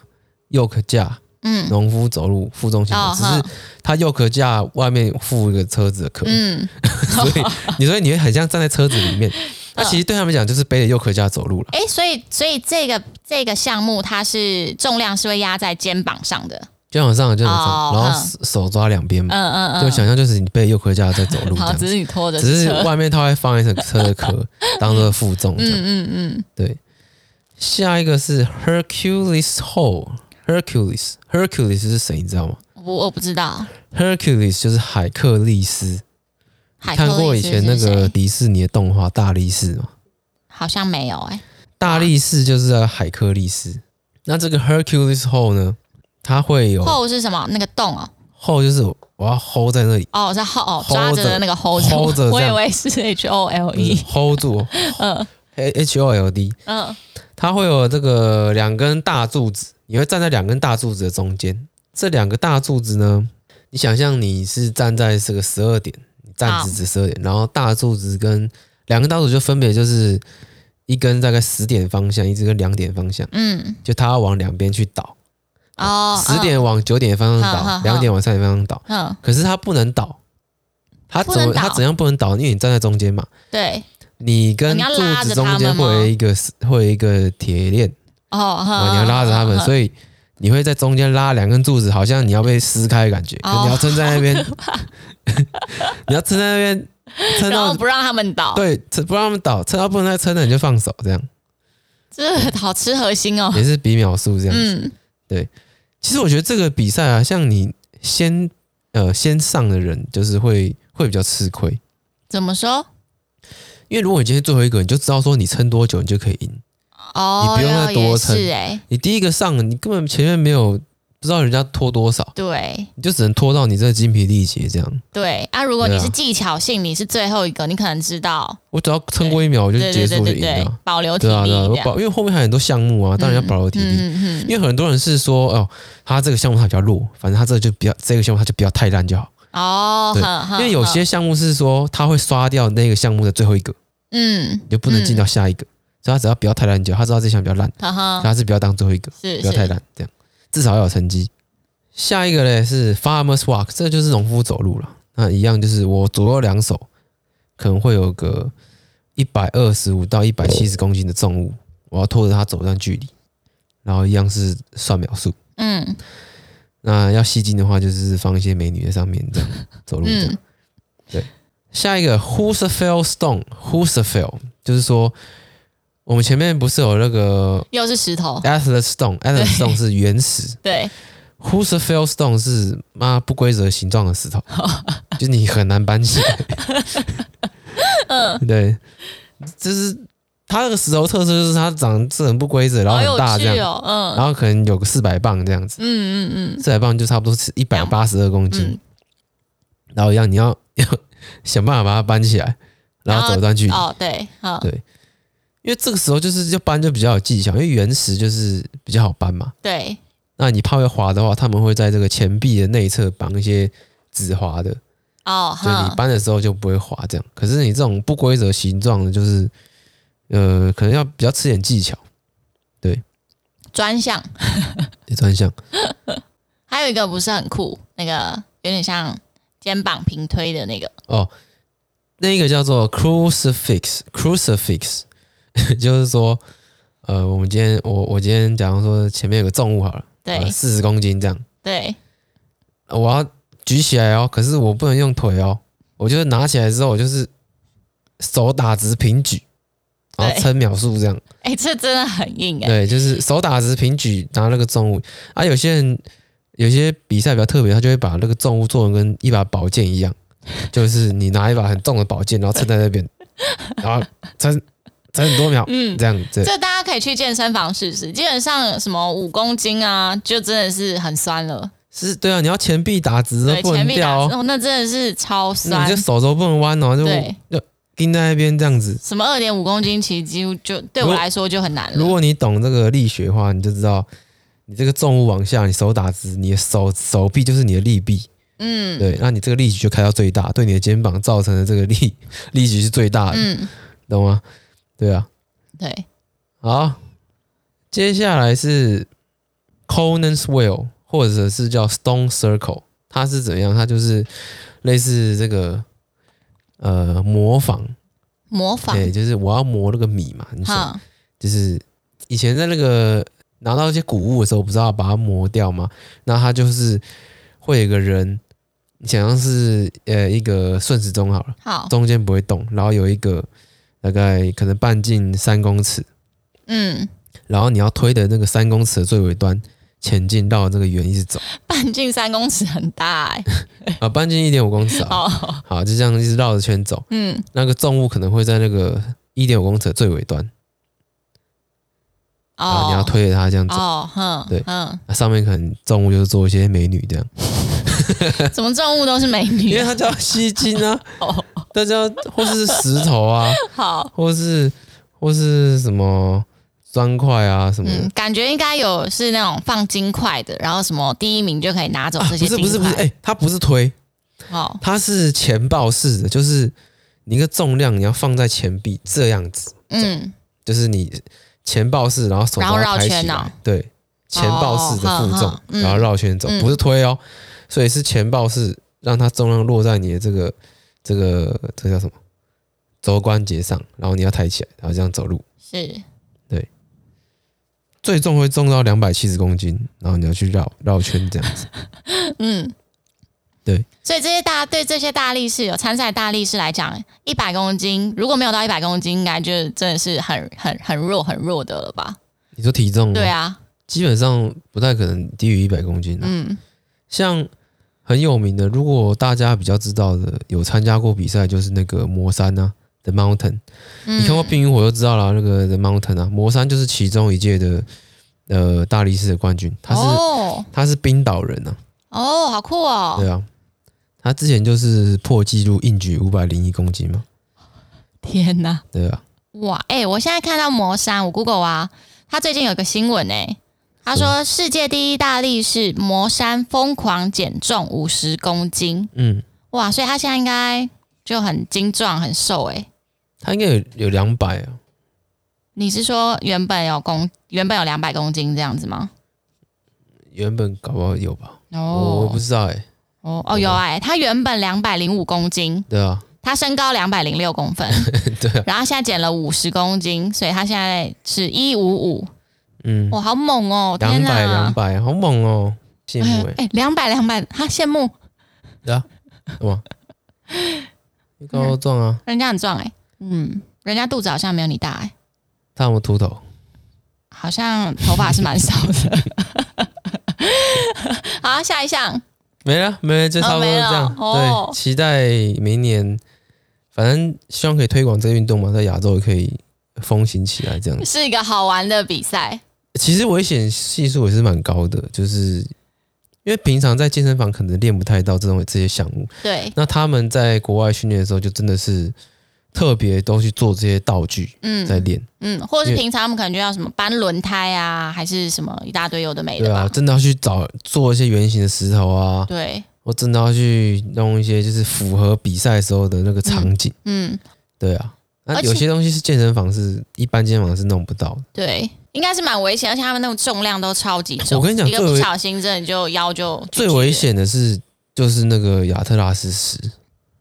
A: yoke 架，
B: 嗯，
A: 农夫走路负重行
B: 哦
A: 走，只是
B: 哼
A: 它 yoke 架外面附一个车子的壳，
B: 嗯，
A: 所以你说你会很像站在车子里面，那其实
B: 嗯
A: 对他们讲就是背着右壳架走路了。
B: 哎、所以所以这个这个项目，它是重量是会压在肩膀上的。
A: 肩膀上肩膀上，
B: 哦
A: 然后
B: 嗯
A: 手手抓两边嘛，
B: 嗯嗯嗯，
A: 就想象就是你背着右壳架在走路这
B: 好，
A: 样
B: 只
A: 子，
B: 是你拖着
A: 只是
B: 车。
A: 外面它会放一层车的壳当做负重这
B: 嗯
A: 样。
B: 嗯嗯，
A: 对，下一个是 Hercules Hole，Hercules，Hercules 是谁你知道吗
B: 我我不知道。
A: ？Hercules 就是海克力斯，
B: 海
A: 看
B: 克
A: 过
B: 力
A: 以
B: 士
A: 前那
B: 是
A: 个
B: 谁
A: 迪士尼的动画《大力士》吗？
B: 好像没有哎、
A: 大力士就是海克力士。那这个 Hercules hole 呢，它会有啊
B: 后是什么？那个洞哦，
A: hole 就是我要 hold 在那里
B: 哦是后哦
A: Hold
B: 抓着的那个 hold 住
A: hold 着
B: 我
A: 这
B: 以
A: 样
B: 为是 H O L
A: 就是
B: E。
A: hold 住，
B: 嗯
A: H O L D，
B: 嗯
A: 它会有这个两根大柱子，你会站在两根大柱子的中间。这两个大柱子呢，你想象你是站在这个十二点，你站直直十二点，然后大柱子跟两根大柱子就分别就是一根大概十点方向，一根跟两点方向，
B: 嗯，
A: 就它要往两边去倒，
B: 哦，
A: 十点往九点方向
B: 好
A: 倒
B: 好好，
A: 两点往三点方向倒，
B: 嗯，嗯，
A: 可是它不能倒，它
B: 不
A: 怎
B: 能
A: 么它
B: 倒
A: 怎样不能倒？因为你站在中间嘛，
B: 对，
A: 你跟
B: 你要
A: 柱
B: 拉着
A: 子
B: 它
A: 中
B: 们
A: 间会
B: 吗
A: 有一个会有一个铁链，
B: 哦，
A: 啊，你要拉着他们，
B: 以
A: 所以你会在中间拉两根柱子，好像你要被撕开的感觉，可
B: 哦
A: 你要撑在那边， 你要撑在那边，撑
B: 然后
A: 到
B: 不让他们倒，，
A: 对，撑不让他们倒，撑到不能再撑了你就放手，这样
B: 这好吃核心哦，
A: 也是比秒数这样。
B: 嗯，
A: 其实我觉得这个比赛啊，像你先呃先上的人，就是会会比较吃亏，
B: 怎么说？
A: 因为如果你今天最后一个，你就知道说你撑多久你就可以赢。
B: 哦，
A: 你不用再
B: 要也
A: 多撑
B: 是哎，
A: 你第一个上，你根本前面没有不知道人家拖多少，
B: 对
A: 你就只能拖到你真的精疲力竭这样。
B: 对啊，如果
A: 对
B: 你
A: 啊
B: 是技巧性，你是最后一个，你可能知道，
A: 我只要撑过一秒我就
B: 对
A: 结
B: 对对
A: 束我就
B: 对
A: 赢了
B: 对
A: 啊。，
B: 保留体
A: 对啊，
B: 力
A: 对啊，
B: 这
A: 我
B: 样，
A: 保因为后面还有很多项目啊，当然要保留体力。
B: 嗯嗯嗯，
A: 因为很多人是说，哦，他这个项目他比较弱，反正他这个就比较这个项目他就不要太烂就好。
B: 哦，
A: 对
B: 哼
A: 因为有，些
B: 哼
A: 项目是说他会刷掉那个项目的最后一个，
B: 嗯，
A: 你就不能进到下一个。所以他只要不要太烂就好，他知道这项比较烂，
B: 嗯，
A: 所
B: 哈
A: 以
B: 哈，
A: 他是不要当最后一个，
B: 是
A: 不要太
B: 是，
A: 烂，这样至少要有成绩。下一个嘞是 farmers walk，这就是农夫走路了。那一样就是我左右两手可能会有个一百二十五到一百七十公斤的重物，我要拖着它走一段距离，然后一样是算秒数。
B: 嗯
A: 那要吸睛的话，就是放一些美女在上面这样走路这样。
B: 嗯
A: 对，下一个 who's a fail stone，who's a fail，就是说我们前面不是有那个
B: 又是石头，
A: atlas stone，atlas stone 是原石
B: 对，
A: ，who's a fail stone 是妈不规则形状的 石头，就是你很难搬起来。嗯，对，就是它那个石头特色就是它长是很不规则，然后
B: 好有
A: 很大这
B: 趣
A: 样，
B: 哦，嗯
A: 然后可能有个四百磅这样子。
B: 嗯嗯
A: 四百磅就差不多是一百八十二公
B: 嗯
A: 斤，
B: 嗯，
A: 然后一样你要 要想办法把它搬起来，然后走一段距离。
B: 哦对，好，
A: 嗯对因为这个时候就是要搬就比较有技巧，因为原石就是比较好搬嘛。
B: 对，
A: 那你怕会滑的话，他们会在这个前臂的内侧绑一些止滑的，
B: 哦，
A: 所以你
B: 哈，
A: 搬的时候就不会滑这样。可是你这种不规则形状的，就是呃，可能要比较吃点技巧，
B: 专项，
A: 也专项。
B: 还有一个不是很酷，那个有点像肩膀平推的那个，
A: 哦，那个叫做 crucifix，crucifix，就是说，呃，我们今天我我今天假如说前面有个重物好了，呃
B: 对
A: 四十公斤这样，
B: 对，
A: 呃我要举起来哦，可是我不能用腿哦，我就是拿起来之后，我就是手打直平举，然后
B: 对
A: 撑秒数这样，
B: 哎，这真的很硬哎，
A: 对，就是手打直平举拿那个重物啊，有些人。有些比赛比较特别，他就会把那个重物做成跟一把宝剑一 样，就是你拿一把很重的宝剑，然后撑在那边，然后撑撑很多秒，
B: 嗯。
A: 这样对
B: 这大家可以去健身房试试，基本上什么五公斤啊，就真的是很酸了。
A: 是，对啊，你要前臂打直哦
B: 对，，
A: 不
B: 前
A: 能
B: 面打
A: 掉哦，
B: 哦，那真的是超
A: 那
B: 酸
A: 你这。手肘不能弯哦，就
B: 对
A: 就盯在那边这样子。
B: 什么二点五公斤，其实几乎就对
A: 如
B: 我
A: 果
B: 来说就很难
A: 如
B: 了。
A: 果你懂这个力学的话，你就知道，你这个重物往下，你手打直，你的手手臂就是你的力臂，
B: 嗯
A: 对，那你这个力矩就开到最大，对你的肩膀造成的这个 力力矩是最大的，
B: 嗯，
A: 懂吗？对啊，
B: 对，
A: 好，接下来是 Conan's Wheel，或者是叫 Stone Circle，它是怎样？它就是类似这个呃模仿，
B: 模仿。
A: 对，就是我要磨那个米嘛，你想，
B: 哈，
A: 就是以前在那个拿到一些谷物的时候，不是要把它磨掉吗？那它就是会有一个人，你想象是呃一个顺时钟好了。
B: 好，
A: 中间不会动，然后有一个大概可能半径三公尺，
B: 嗯，
A: 然后你要推的那个三公尺的最尾端前进，绕这个圆一直 走
B: 半径三公尺很大 哎、
A: 啊，半径一点五公尺啊，
B: 哦，
A: 好，就这样一直绕着圈走。
B: 嗯，
A: 那个重物可能会在那个一点五公尺的最尾端，然后
B: 哦，
A: 啊你要推着它这样走。
B: 哦，哼，
A: 对
B: 嗯，
A: 那上面可能重物就是做一些美女这样，
B: 怎么重物都是美
A: 因
B: 女啊
A: 为？它叫吸金啊，
B: 哦，
A: 大家或是石头啊，
B: 好，
A: 或是或是什么砖块啊什么的
B: 嗯，感觉应该有是那种放金块的，然后什么第一名就可以拿走
A: 啊，
B: 哦这些
A: 不是
B: 金块。
A: 不是不是，哎、它不是推，
B: 哦，
A: 它是钱报式的，就是你一个重量你要放在钱币这样子，
B: 嗯，
A: 就是你钱报式，然后手
B: 然后
A: 把它
B: 绕
A: 抬起
B: 圈
A: 来
B: 哦
A: 对，钱报式的负重，
B: 哦嗯
A: 然后绕圈走，
B: 嗯
A: 不是推哦，所以是钱报式，让它重量落在你的这个这个这叫什么肘关节上，然后你要抬起来，然后这样走路，
B: 是
A: 最重会重到两百七十公斤，然后你要去绕绕圈这 样子，
B: 嗯，
A: 对。
B: 所以这些大对这些大力士有参赛大力士来讲，一百公斤如果没有到一百公斤，应该就真的是很很很弱很弱的了吧？
A: 你说体重吗哦
B: 对，啊，
A: 基本上不太可能低于一百公斤、啊，
B: 嗯
A: 像。很有名的，如果大家比较知道的，有参加过比赛，就是那个魔山啊，The Mountain，
B: 嗯，
A: 你看过《冰与火》就知道了，那个 The Mountain 啊，魔山就是其中一届的呃大力士的冠军，他是、
B: 哦
A: 他是冰岛人啊，
B: 哦，好酷哦！
A: 对啊，他之前就是破纪录硬举五百零一公斤嘛，
B: 天哪，
A: 对啊，
B: 哇，哎、我现在看到魔山，我 Google 啊，他最近有个新闻哎、他说世界第一大力士魔山疯狂减重五十公斤，
A: 嗯，
B: 哇，所以他现在应该就很精壮很瘦哎、
A: 他应该有有两百啊，
B: 你是说原本有公原本有两百公斤这样子吗？
A: 原本搞不好有吧，我我
B: 哦
A: 不知道哎、
B: 哦哦，有哎、他原本两百零五公斤，
A: 对啊，
B: 他身高两百零六公分，
A: 对啊，
B: 然后现在减了五十公斤，所以他现在是一五五，
A: 嗯，
B: 哇，好猛哦！
A: 两
B: 天哪，
A: 百两百，好猛哦，羡慕哎、
B: 哎，两百两百，他羡慕
A: 对啊，什么？你高壮啊，
B: 人家很壮哎、嗯，人家肚子好像没有你大哎、
A: 他有没有秃头？
B: 好像头发是蛮少的。 好，下一项，
A: 没了，没了，就差不多
B: 哦
A: 这
B: 没了
A: 样。
B: 哦
A: 对，期待明年，反正希望可以推广这个运动嘛，在亚洲也可以风行起来这样。
B: 是一个好玩的比赛，
A: 其实危险系数也是蛮高的，就是因为平常在健身房可能练不太到这种这些项目，
B: 对，
A: 那他们在国外训练的时候，就真的是特别都去做这些道具在
B: 嗯
A: 练。
B: 嗯，或
A: 因
B: 者是
A: 为
B: 平常他们可能就要什么搬轮胎啊，还是什么一大堆有的没
A: 对
B: 的
A: 啊，
B: 吧，
A: 真的要去找做一些圆形的石头啊，
B: 对，
A: 或真的要去弄一些就是符合比赛时候的那个场景。
B: 嗯，
A: 对啊，那
B: 而且
A: 有些东西是健身房是一般健身房是弄不到的。
B: 对，应该是蛮危险，而且他们那种重量都超级重，
A: 我跟你讲
B: 一个
A: 最
B: 不
A: 危
B: 小心真的就腰就
A: 最危，险的是就是那个亚特拉斯石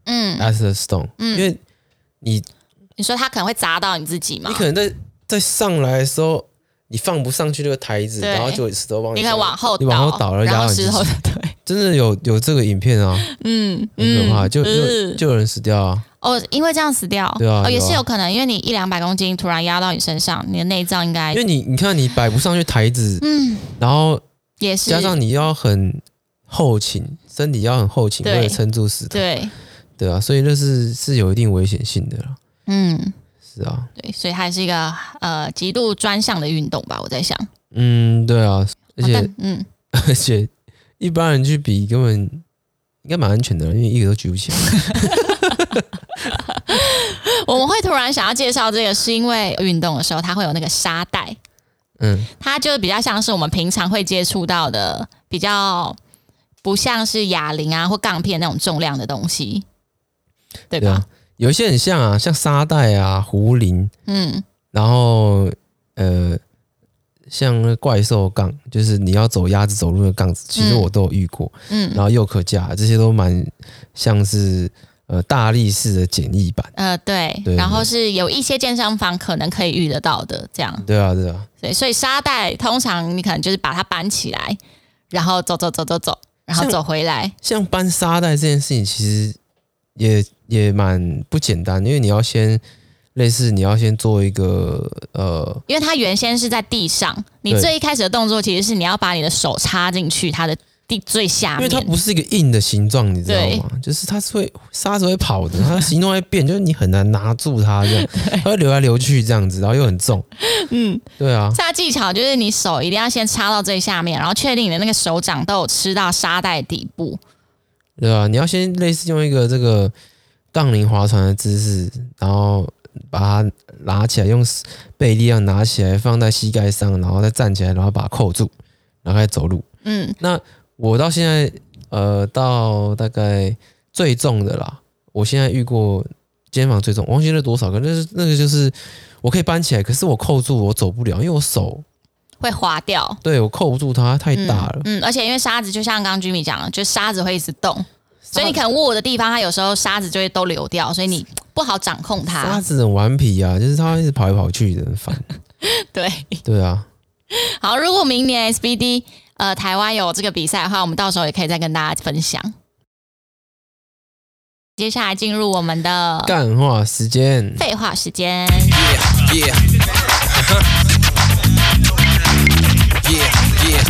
B: 嗯，
A: （Atlas Stone），、
B: 嗯
A: 因为你
B: 你说他可能会砸到你自己吗？
A: 你可能在在上来的时候，你放不上去那个台子，
B: 对
A: 然后就石头往
B: 你可
A: 下
B: 能往后
A: 你
B: 倒，
A: 往后倒了
B: 然
A: 压到
B: 后
A: 你自己
B: 石头对，
A: 真的有有这个影片啊，
B: 嗯，
A: 很可怕，
B: 嗯
A: 就就
B: 嗯
A: 就有人死掉啊。
B: 哦，因为这样死掉，
A: 对啊
B: 哦，也
A: 有啊
B: 是有可能，因为你一两百公斤突然压到你身上，你的内脏应该
A: 因为你你看你摆不上去台子，
B: 哎嗯
A: 然后
B: 也是
A: 加上你要很后倾，身体要很后倾，
B: 对
A: 为了撑住石头，
B: 对，
A: 对啊，所以这是是有一定危险性的啦。
B: 嗯
A: 是啊，
B: 对，所以它是一个呃极度专项的运动吧，我在想，
A: 嗯，对啊，而且、
B: 好哦但嗯，
A: 而且一般人去比根本应该蛮安全的，因为一个都举不起来。
B: 我们会突然想要介绍这个，是因为运动的时候它会有那个沙袋，
A: 嗯，
B: 它就比较像是我们平常会接触到的，比较不像是哑铃啊或杠片那种重量的东西，对
A: 对
B: 吧？
A: 啊，有一些很像啊，像沙袋啊、胡林，
B: 嗯，
A: 然后呃，像那怪兽杠，就是你要走鸭子走路的杠子，其实
B: 嗯
A: 我都有遇过。
B: 嗯，
A: 然后又可架，这些都蛮像是呃大力士的简易版。
B: 呃，对，
A: 对
B: 然后
A: 对
B: 是有一些健身房可能可以遇得到的，这样，
A: 对啊，对啊，
B: 对，所以沙袋通常你可能就是把它搬起来，然后走走走走走，然后
A: 像
B: 走回来，
A: 像搬沙袋这件事情，其实也也蛮不简单，因为你要先类似你要先做一个呃，
B: 因为它原先是在地上，你
A: 对
B: 最一开始的动作其实是你要把你的手插进去它的地最下
A: 因为它
B: 面，
A: 不是一个硬的形状，你知道吗？就是它是会沙子会跑的，它的形状会变，就是你很难拿住它这样，它会流来流去这样子，然后又很重。嗯，对啊，
B: 这技巧就是你手一定要先插到最下面，然后确定你的那个手掌都有吃到沙袋底部，嗯
A: 对啊，你要先类似用一个这个杠铃划船的姿势，然后把它拿起来，用背力量啊拿起来放在膝盖上，然后再站起来，然后把它扣住，然后开始走路。
B: 嗯
A: 那我到现在，呃，到大概最重的啦，我现在遇过肩膀最重，我忘记那多少个，那是那个就是我可以搬起来，可是我扣住我走不了，因为我手
B: 会滑掉，
A: 对我扣不住它太
B: 嗯
A: 大了，
B: 嗯，而且因为沙子就像刚刚 Jimmy 讲了，就沙子会一直动，所以你可能握的地方，它有时候沙子就会都流掉，所以你不好掌控
A: 沙
B: 它。
A: 子很顽皮啊，就是它一直跑来跑去的，很烦。
B: 对，
A: 对啊，
B: 好，如果明年 SBD 呃台湾有这个比赛的话，我们到时候也可以再跟大家分享。接下来进入我们的
A: 干话时间，
B: 废话时间。
C: Yeah. Uh-huh. Yeah, yeah.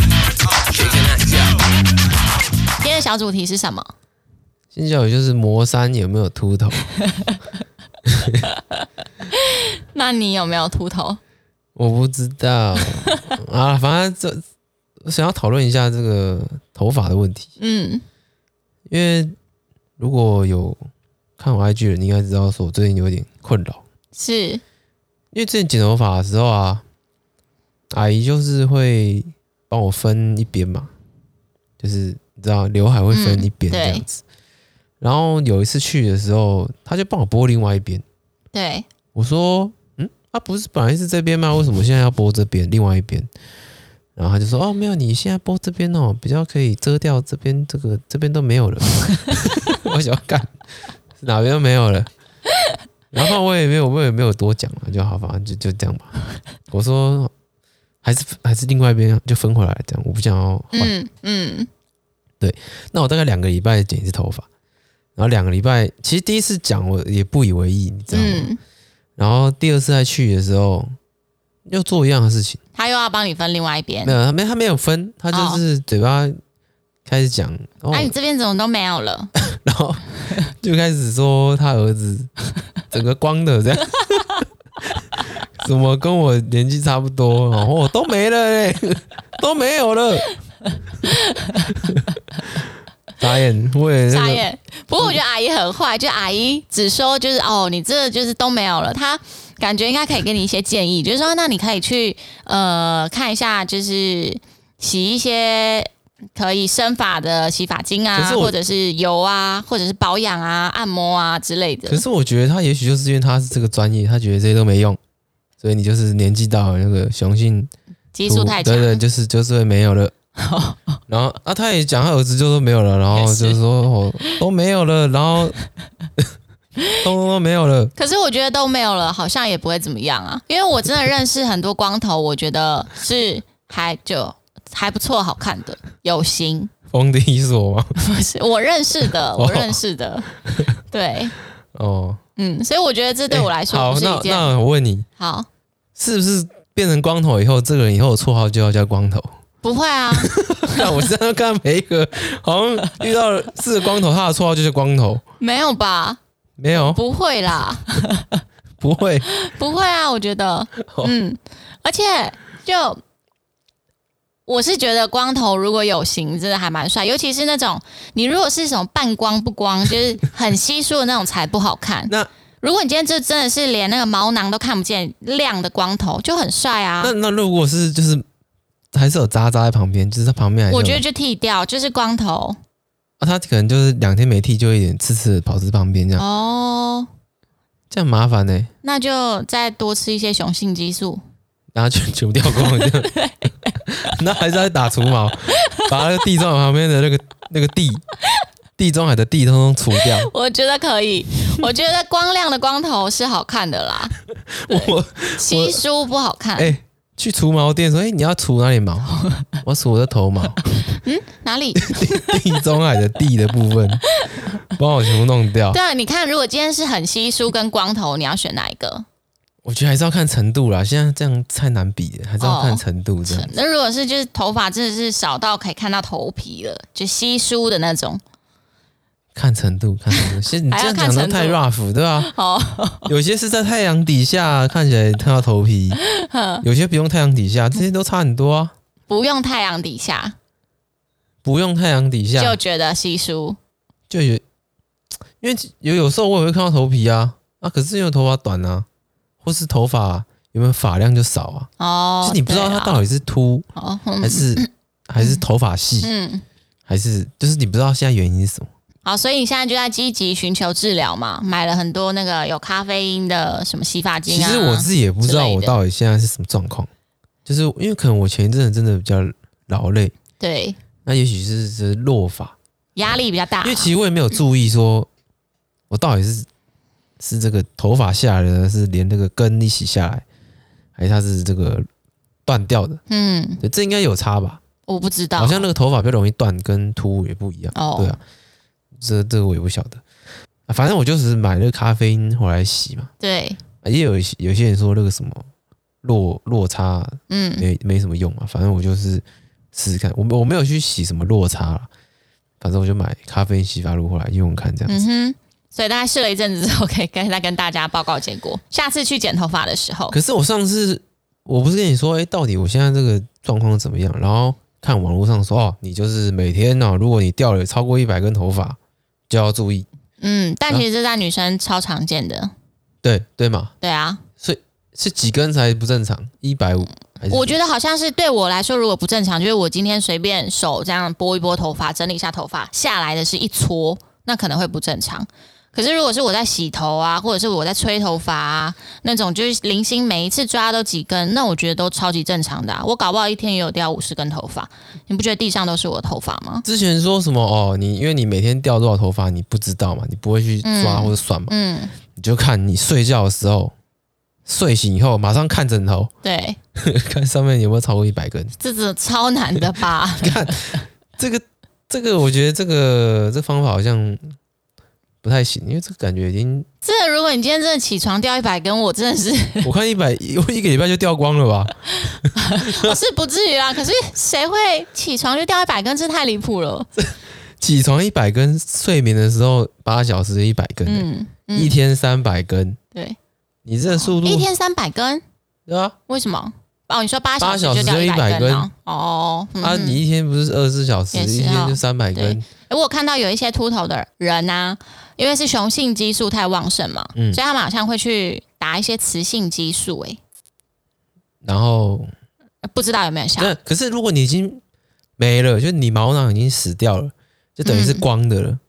C: Kicking that out.
B: 今天的小主题是什么？
A: 新小雨就是磨山有没有秃 头？
B: 那你有没有秃头？
A: 我不知 道啊，反正这我想要讨论一下这个头发的问题。
B: 嗯，
A: 因为如果有看我 IG 的，你应该知道，说我最近有点困扰，
B: 是
A: 因为之前剪头发的时候啊，阿姨就是会帮我分一边嘛，就是你知道刘海会分一边
B: 嗯
A: 这
B: 对
A: 样子。然后有一次去的时候，她就帮我拨另外一边，
B: 对，
A: 我说，嗯，啊，不是本来是这边吗？为什么现在要拨这边另外一边？然后他就说，哦，没有，你现在拨这边哦，比较可以遮掉这边这个这边都没有了。 我想要干，哪边都没有了。然后我也没有，我也没有多讲了，就好，反正就就这样吧。我说，还是还是另外一边就分回来这样，我不想要换。
B: 嗯嗯，
A: 那我大概两个礼拜剪一次头发，然后两个礼拜，其实第一次讲我也不以为意，你知道吗？
B: 嗯，
A: 然后第二次再去的时候，又做一样的事情。
B: 他又要帮你分另外一边
A: 没。有，他没他没有分，他
B: 哦
A: 就是嘴巴开始讲，哦
B: 哎那、你这边怎么都没有了？
A: 然后就开始说他儿子 整个光的这样， 怎么跟我年纪差不多，然后都没了嘞、 都没有了。 眨眼，我也那
B: 傻
A: 个
B: 眼。不过我觉得阿姨很坏，就阿姨只说就是哦，你这就是都没有了。她感觉应该可以给你一些建议，就是说那你可以去呃看一下，就是洗一些可以生发的洗发精啊
A: 可是，我
B: 或者是油啊，或者是保养啊、按摩啊之类的
A: 可。是我觉得他也许就是因为他是这个专业，他觉得这些都没用，所以你就是年纪到了，那个雄性
B: 激素太强
A: 对，对，就是就是会没有 了。然后啊，他也讲他儿子就说没有了，然后就说哦都没有了，然 后都都都没有了。
B: 可是我觉得都没有了，好像也不会怎么样啊。因为我真的认识很多光头，我觉得是还就还不错，好看的，有型。
A: 风的一所嘛，
B: 不是我认识的，
A: 哦
B: 我认识的，对，
A: 哦，
B: 嗯，所以我觉得这对我来
A: 哎好
B: 说不，是
A: 那
B: 一件
A: 那我问你，
B: 好
A: 是不是变成光头以后，这个人以后的绰号就要叫光头？
B: 不会啊，
A: 那我这样看每一个，好像遇到了是光头，他的绰号就是光头，
B: 没有吧？
A: 没有，
B: 不会啦，
A: 不会，
B: 不会啊，我觉得，
A: 哦
B: 嗯，而且就我是觉得光头如果有型，真的还蛮帅，尤其是那种你如果是什么半光不光，就是很稀疏的那种才不好看。
A: 那
B: 如果你今天这真的是连那个毛囊都看不见亮的光头，就很帅啊。
A: 那那如果是就是还是有渣渣在旁边，就是他旁边还是有
B: 我觉得就剃掉，就是光头。
A: 啊，他可能就是两天没剃，就有点刺刺的跑至旁边这样，
B: 哦，
A: 这样麻烦呢、欸
B: 那就再多吃一些雄性激素。
A: 然后全全部掉光了这 样，那还是要打除毛，把那个地中海旁边的那个那个地地中海的地通通除 掉。
B: 我觉得可以，我觉得光亮的光头是好看的啦，啊
A: 我
B: 稀疏不好看。
A: 哎、去除毛店说，哎、你要除哪里 毛？我除我的头毛，
B: 哪里？
A: 地中海的地的部分，帮我全部弄掉
B: 对。啊，你看，如果今天是很稀疏跟光头，你要选哪一个？
A: 我觉得还是要看程度啦，现在这样太难比了，还是要看程度这样。
B: 那如果哦是就是头发真的是少到可以看到头皮了，就稀疏的那种。
A: 看程度，看程度。现在你这样讲的太
B: 还
A: rough，对吧、
B: 哦，
A: 有些是在太阳底下看起来看到头 皮，有些不用太阳底下，这些都差很多啊。
B: 不用太阳底下
A: 不用太阳底
B: 就
A: 下
B: 觉得稀疏。
A: 就有，因为有有时候我也会看到头皮啊，啊，可是因为我头发短啊，或是头发有没有发量就少啊，
B: 哦，
A: 就是你不知道
B: 对
A: 它
B: 啊
A: 到底是秃
B: 哦，嗯
A: 还是、还是头发细，
B: 嗯，
A: 还是就是你不知道现在原因是什么。
B: 好，所以你现在就在积极寻求治疗嘛，买了很多那个有咖啡因的什么洗发精
A: 其
B: 啊。
A: 实我自己也不知道
B: 之类
A: 我
B: 的
A: 到底现在是什么状况，就是因为可能我前一阵子真的比较劳累，
B: 对
A: 那也许是是落发，
B: 压力比较大，
A: 因为其实我也没有注意说，我到底是是这个头发下来的，是连这个根一起下来，还是它是这个断掉的？
B: 嗯，
A: 对，这应该有差吧？
B: 我不知道，
A: 好像那个头发比较容易断，跟秃也不一样。
B: 哦
A: 对啊，这这个我也不晓得。啊反正我就只是买那个咖啡因回来洗嘛，
B: 对，
A: 啊也有一些有些人说那个什么落落差
B: 嗯，
A: 没没什么用啊，反正我就是试试看，我没我没有去洗什么落差啦，反正我就买咖啡因洗发露回来用用看这样
B: 嗯
A: 子。
B: 哼。所以大概试了一阵子之后，可以跟再跟大家报告结果。下次去剪头发的时候，
A: 可是我上次我不是跟你说，哎、到底我现在这个状况怎么样？然后看网络上说，哦，你就是每天哦，如果你掉了超过一百根头发，就要注意，
B: 嗯，但
A: 啊
B: 其实这在女生超常见的，
A: 对对嘛？
B: 对啊，
A: 是几根才不正常？一百五？还是
B: 我觉得好像是对我来说，如果不正常，就是我今天随便手这样拨一拨头发，整理一下头发，下来的是一撮，那可能会不正常。可是如果是我在洗头啊，或者是我在吹头发啊，那种就是零星每一次抓都几根，那我觉得都超级正常的、啊。我搞不好一天也有掉五十根头发，你不觉得地上都是我的头发吗？
A: 之前说什么哦，你因为你每天掉多少头发，你不知道嘛，你不会去抓
B: 嗯
A: 或者算嘛，
B: 嗯，
A: 你就看你睡觉的时候，睡醒以后马上看枕头，
B: 对，
A: 看上面有没有超过一百根。
B: 这是超难的吧？
A: 这个这个，我觉得这个这方法好像不太行，因为这个感觉已经，
B: 这如果你今天真的起床掉一百根，我真的是
A: 我看一百一个礼拜就掉光了吧？
B: 我是不至于啊。可是谁会起床就掉一百根？这太离谱了。
A: 起床一百根，睡眠的时候八小时一百根、
B: 嗯，嗯
A: 一天三百根，
B: 对，
A: 你这个速度
B: 一天三百根，
A: 对啊？
B: 为什么？哦，你说八
A: 八小
B: 小就
A: 时
B: 掉
A: 就
B: 一
A: 100
B: 根
A: 根
B: 啊？哦，嗯
A: 啊，
B: 哼
A: 你一天不是二十四小时，
B: 也是
A: 一天
B: 哦
A: 就三百根，
B: 诶我看到有一些秃头的人啊，因为是雄性激素太旺盛嘛，
A: 嗯
B: 所以他们好像会去打一些雌性激素、诶，
A: 然后
B: 不知道有没有效？
A: 那可是如果你已经没了，就是你毛囊已经死掉了，就等于是光的了，
B: 嗯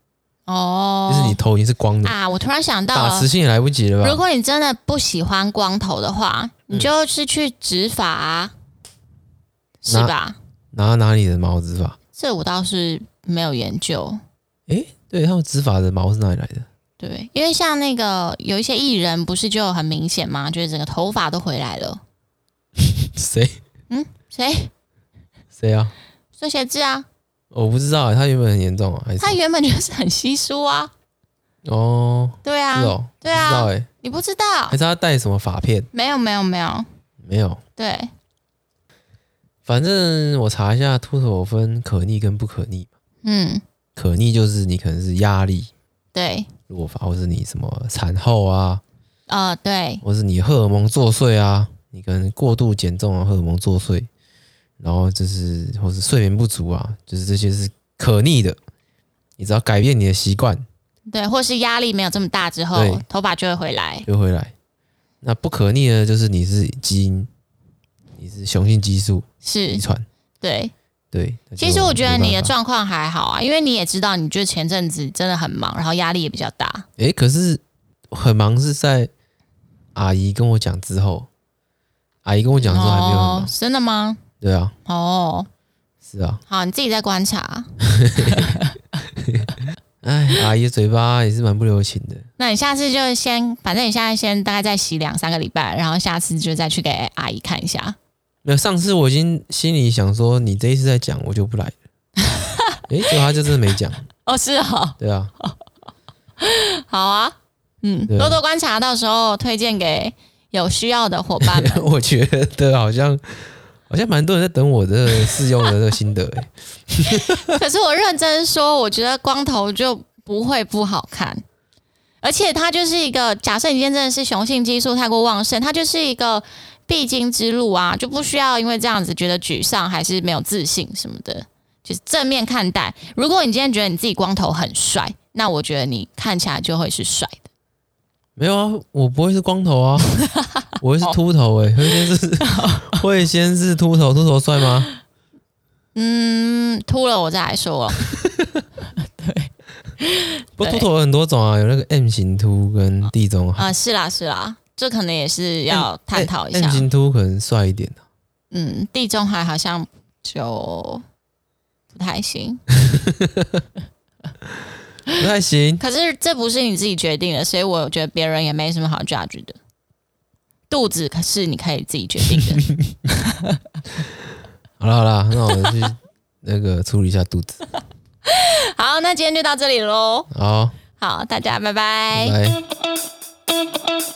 B: 哦，
A: 就是你头已经是光的，
B: 啊，我突然想到
A: 打
B: 了
A: 磁，性也来不及了
B: 如
A: 吧？嗯
B: 果你真的不喜欢光头的话，你就是去植发、啊，是
A: 那
B: 吧？
A: 拿哪里的毛植发？
B: 这我倒是没有研究。
A: 诶，对他们植发的毛是哪里来的？
B: 对，因为像那个有一些艺人，不是就很明显吗？就是整个头发都回来了。
A: 谁
B: 谁？
A: 谁啊？
B: 孙协志啊，
A: 我不知道、欸他原本很严重啊，还是
B: 他原本就是很稀疏啊。
A: 哦，
B: 对
A: 是
B: 啊，
A: 哦，
B: 对啊
A: 不知道哎、
B: 你不知道
A: 还？是他带什么发片？
B: 没有没有没有，
A: 没有，
B: 对，
A: 反正我查一下秃头分可逆跟不可逆，
B: 嗯，
A: 可逆就是你可能是压力
B: 对，
A: 落发，或是你什么产后啊，
B: 呃，对，
A: 或是你荷尔蒙作祟啊，你可能过度减重啊，荷尔蒙作祟，然后就是或是睡眠不足啊，就是这些是可逆的。你只要改变你的习惯
B: 对，或是压力没有这么大之后
A: 对，
B: 头发就会回来。
A: 就会来。那不可逆呢，就是你是基因，你是雄性激素遗
B: 是，
A: 传，
B: 对。
A: 对。那就
B: 嗯其实我觉得你
A: 没办
B: 的
A: 法，
B: 状况还好啊，因为你也知道，你就前阵子真的很忙，然后压力也比较大。
A: 诶，可是很忙是在阿姨跟我讲之后，阿姨跟我讲之后还没有很忙，
B: 哦，真的吗？
A: 对啊，
B: 哦，
A: 是啊，
B: 好，你自己在观察。
A: 哎，阿姨嘴巴也是蛮不留情的。
B: 那你下次就先，反正你现在先大概再洗两三个礼拜，然后下次就再去给阿姨看一下。
A: 没有，上次我已经心里想说，你这一次再讲，我就不来了。 诶，结果他就真的没讲，
B: 哦，是哦，
A: 对啊，
B: 好啊，嗯，
A: 对
B: 多多观察，到时候推荐给有需要的伙伴们。
A: 我觉得好像好像蛮多人在等我的试用的这个心得、诶，
B: 可是我认真说，我觉得光头就不会不好看，而且它就是一个，假设你今天真的是雄性激素太过旺盛，它就是一个必经之路啊，就不需要因为这样子觉得沮丧还是没有自信什么的，就是正面看待。如果你今天觉得你自己光头很帅，那我觉得你看起来就会是帅的。
A: 没有啊，我不会是光头啊，我
B: 哦
A: 会是秃头哎、欸，会先是会先是秃头，秃头帅吗？
B: 嗯，秃了我再来说。哦
A: 不过
B: 对
A: 秃头有很多种啊，有那个 M 型秃跟地中海。
B: 啊、是啦是啦，这可能也是
A: 哎
B: 要探讨一
A: M
B: 下
A: M。型秃可能帅一点、啊、
B: 嗯，地中海好像就不太行，
A: 不太行。
B: 可是这不是你自己决定的，所以我觉得别人也没什么好 judge 的。肚子可是你可以自己决定的，
A: 好啦好啦，那我们去那个处理一下肚子。
B: 好，那今天就到这里喽。
A: 好，
B: 好，大家拜拜
A: 拜拜。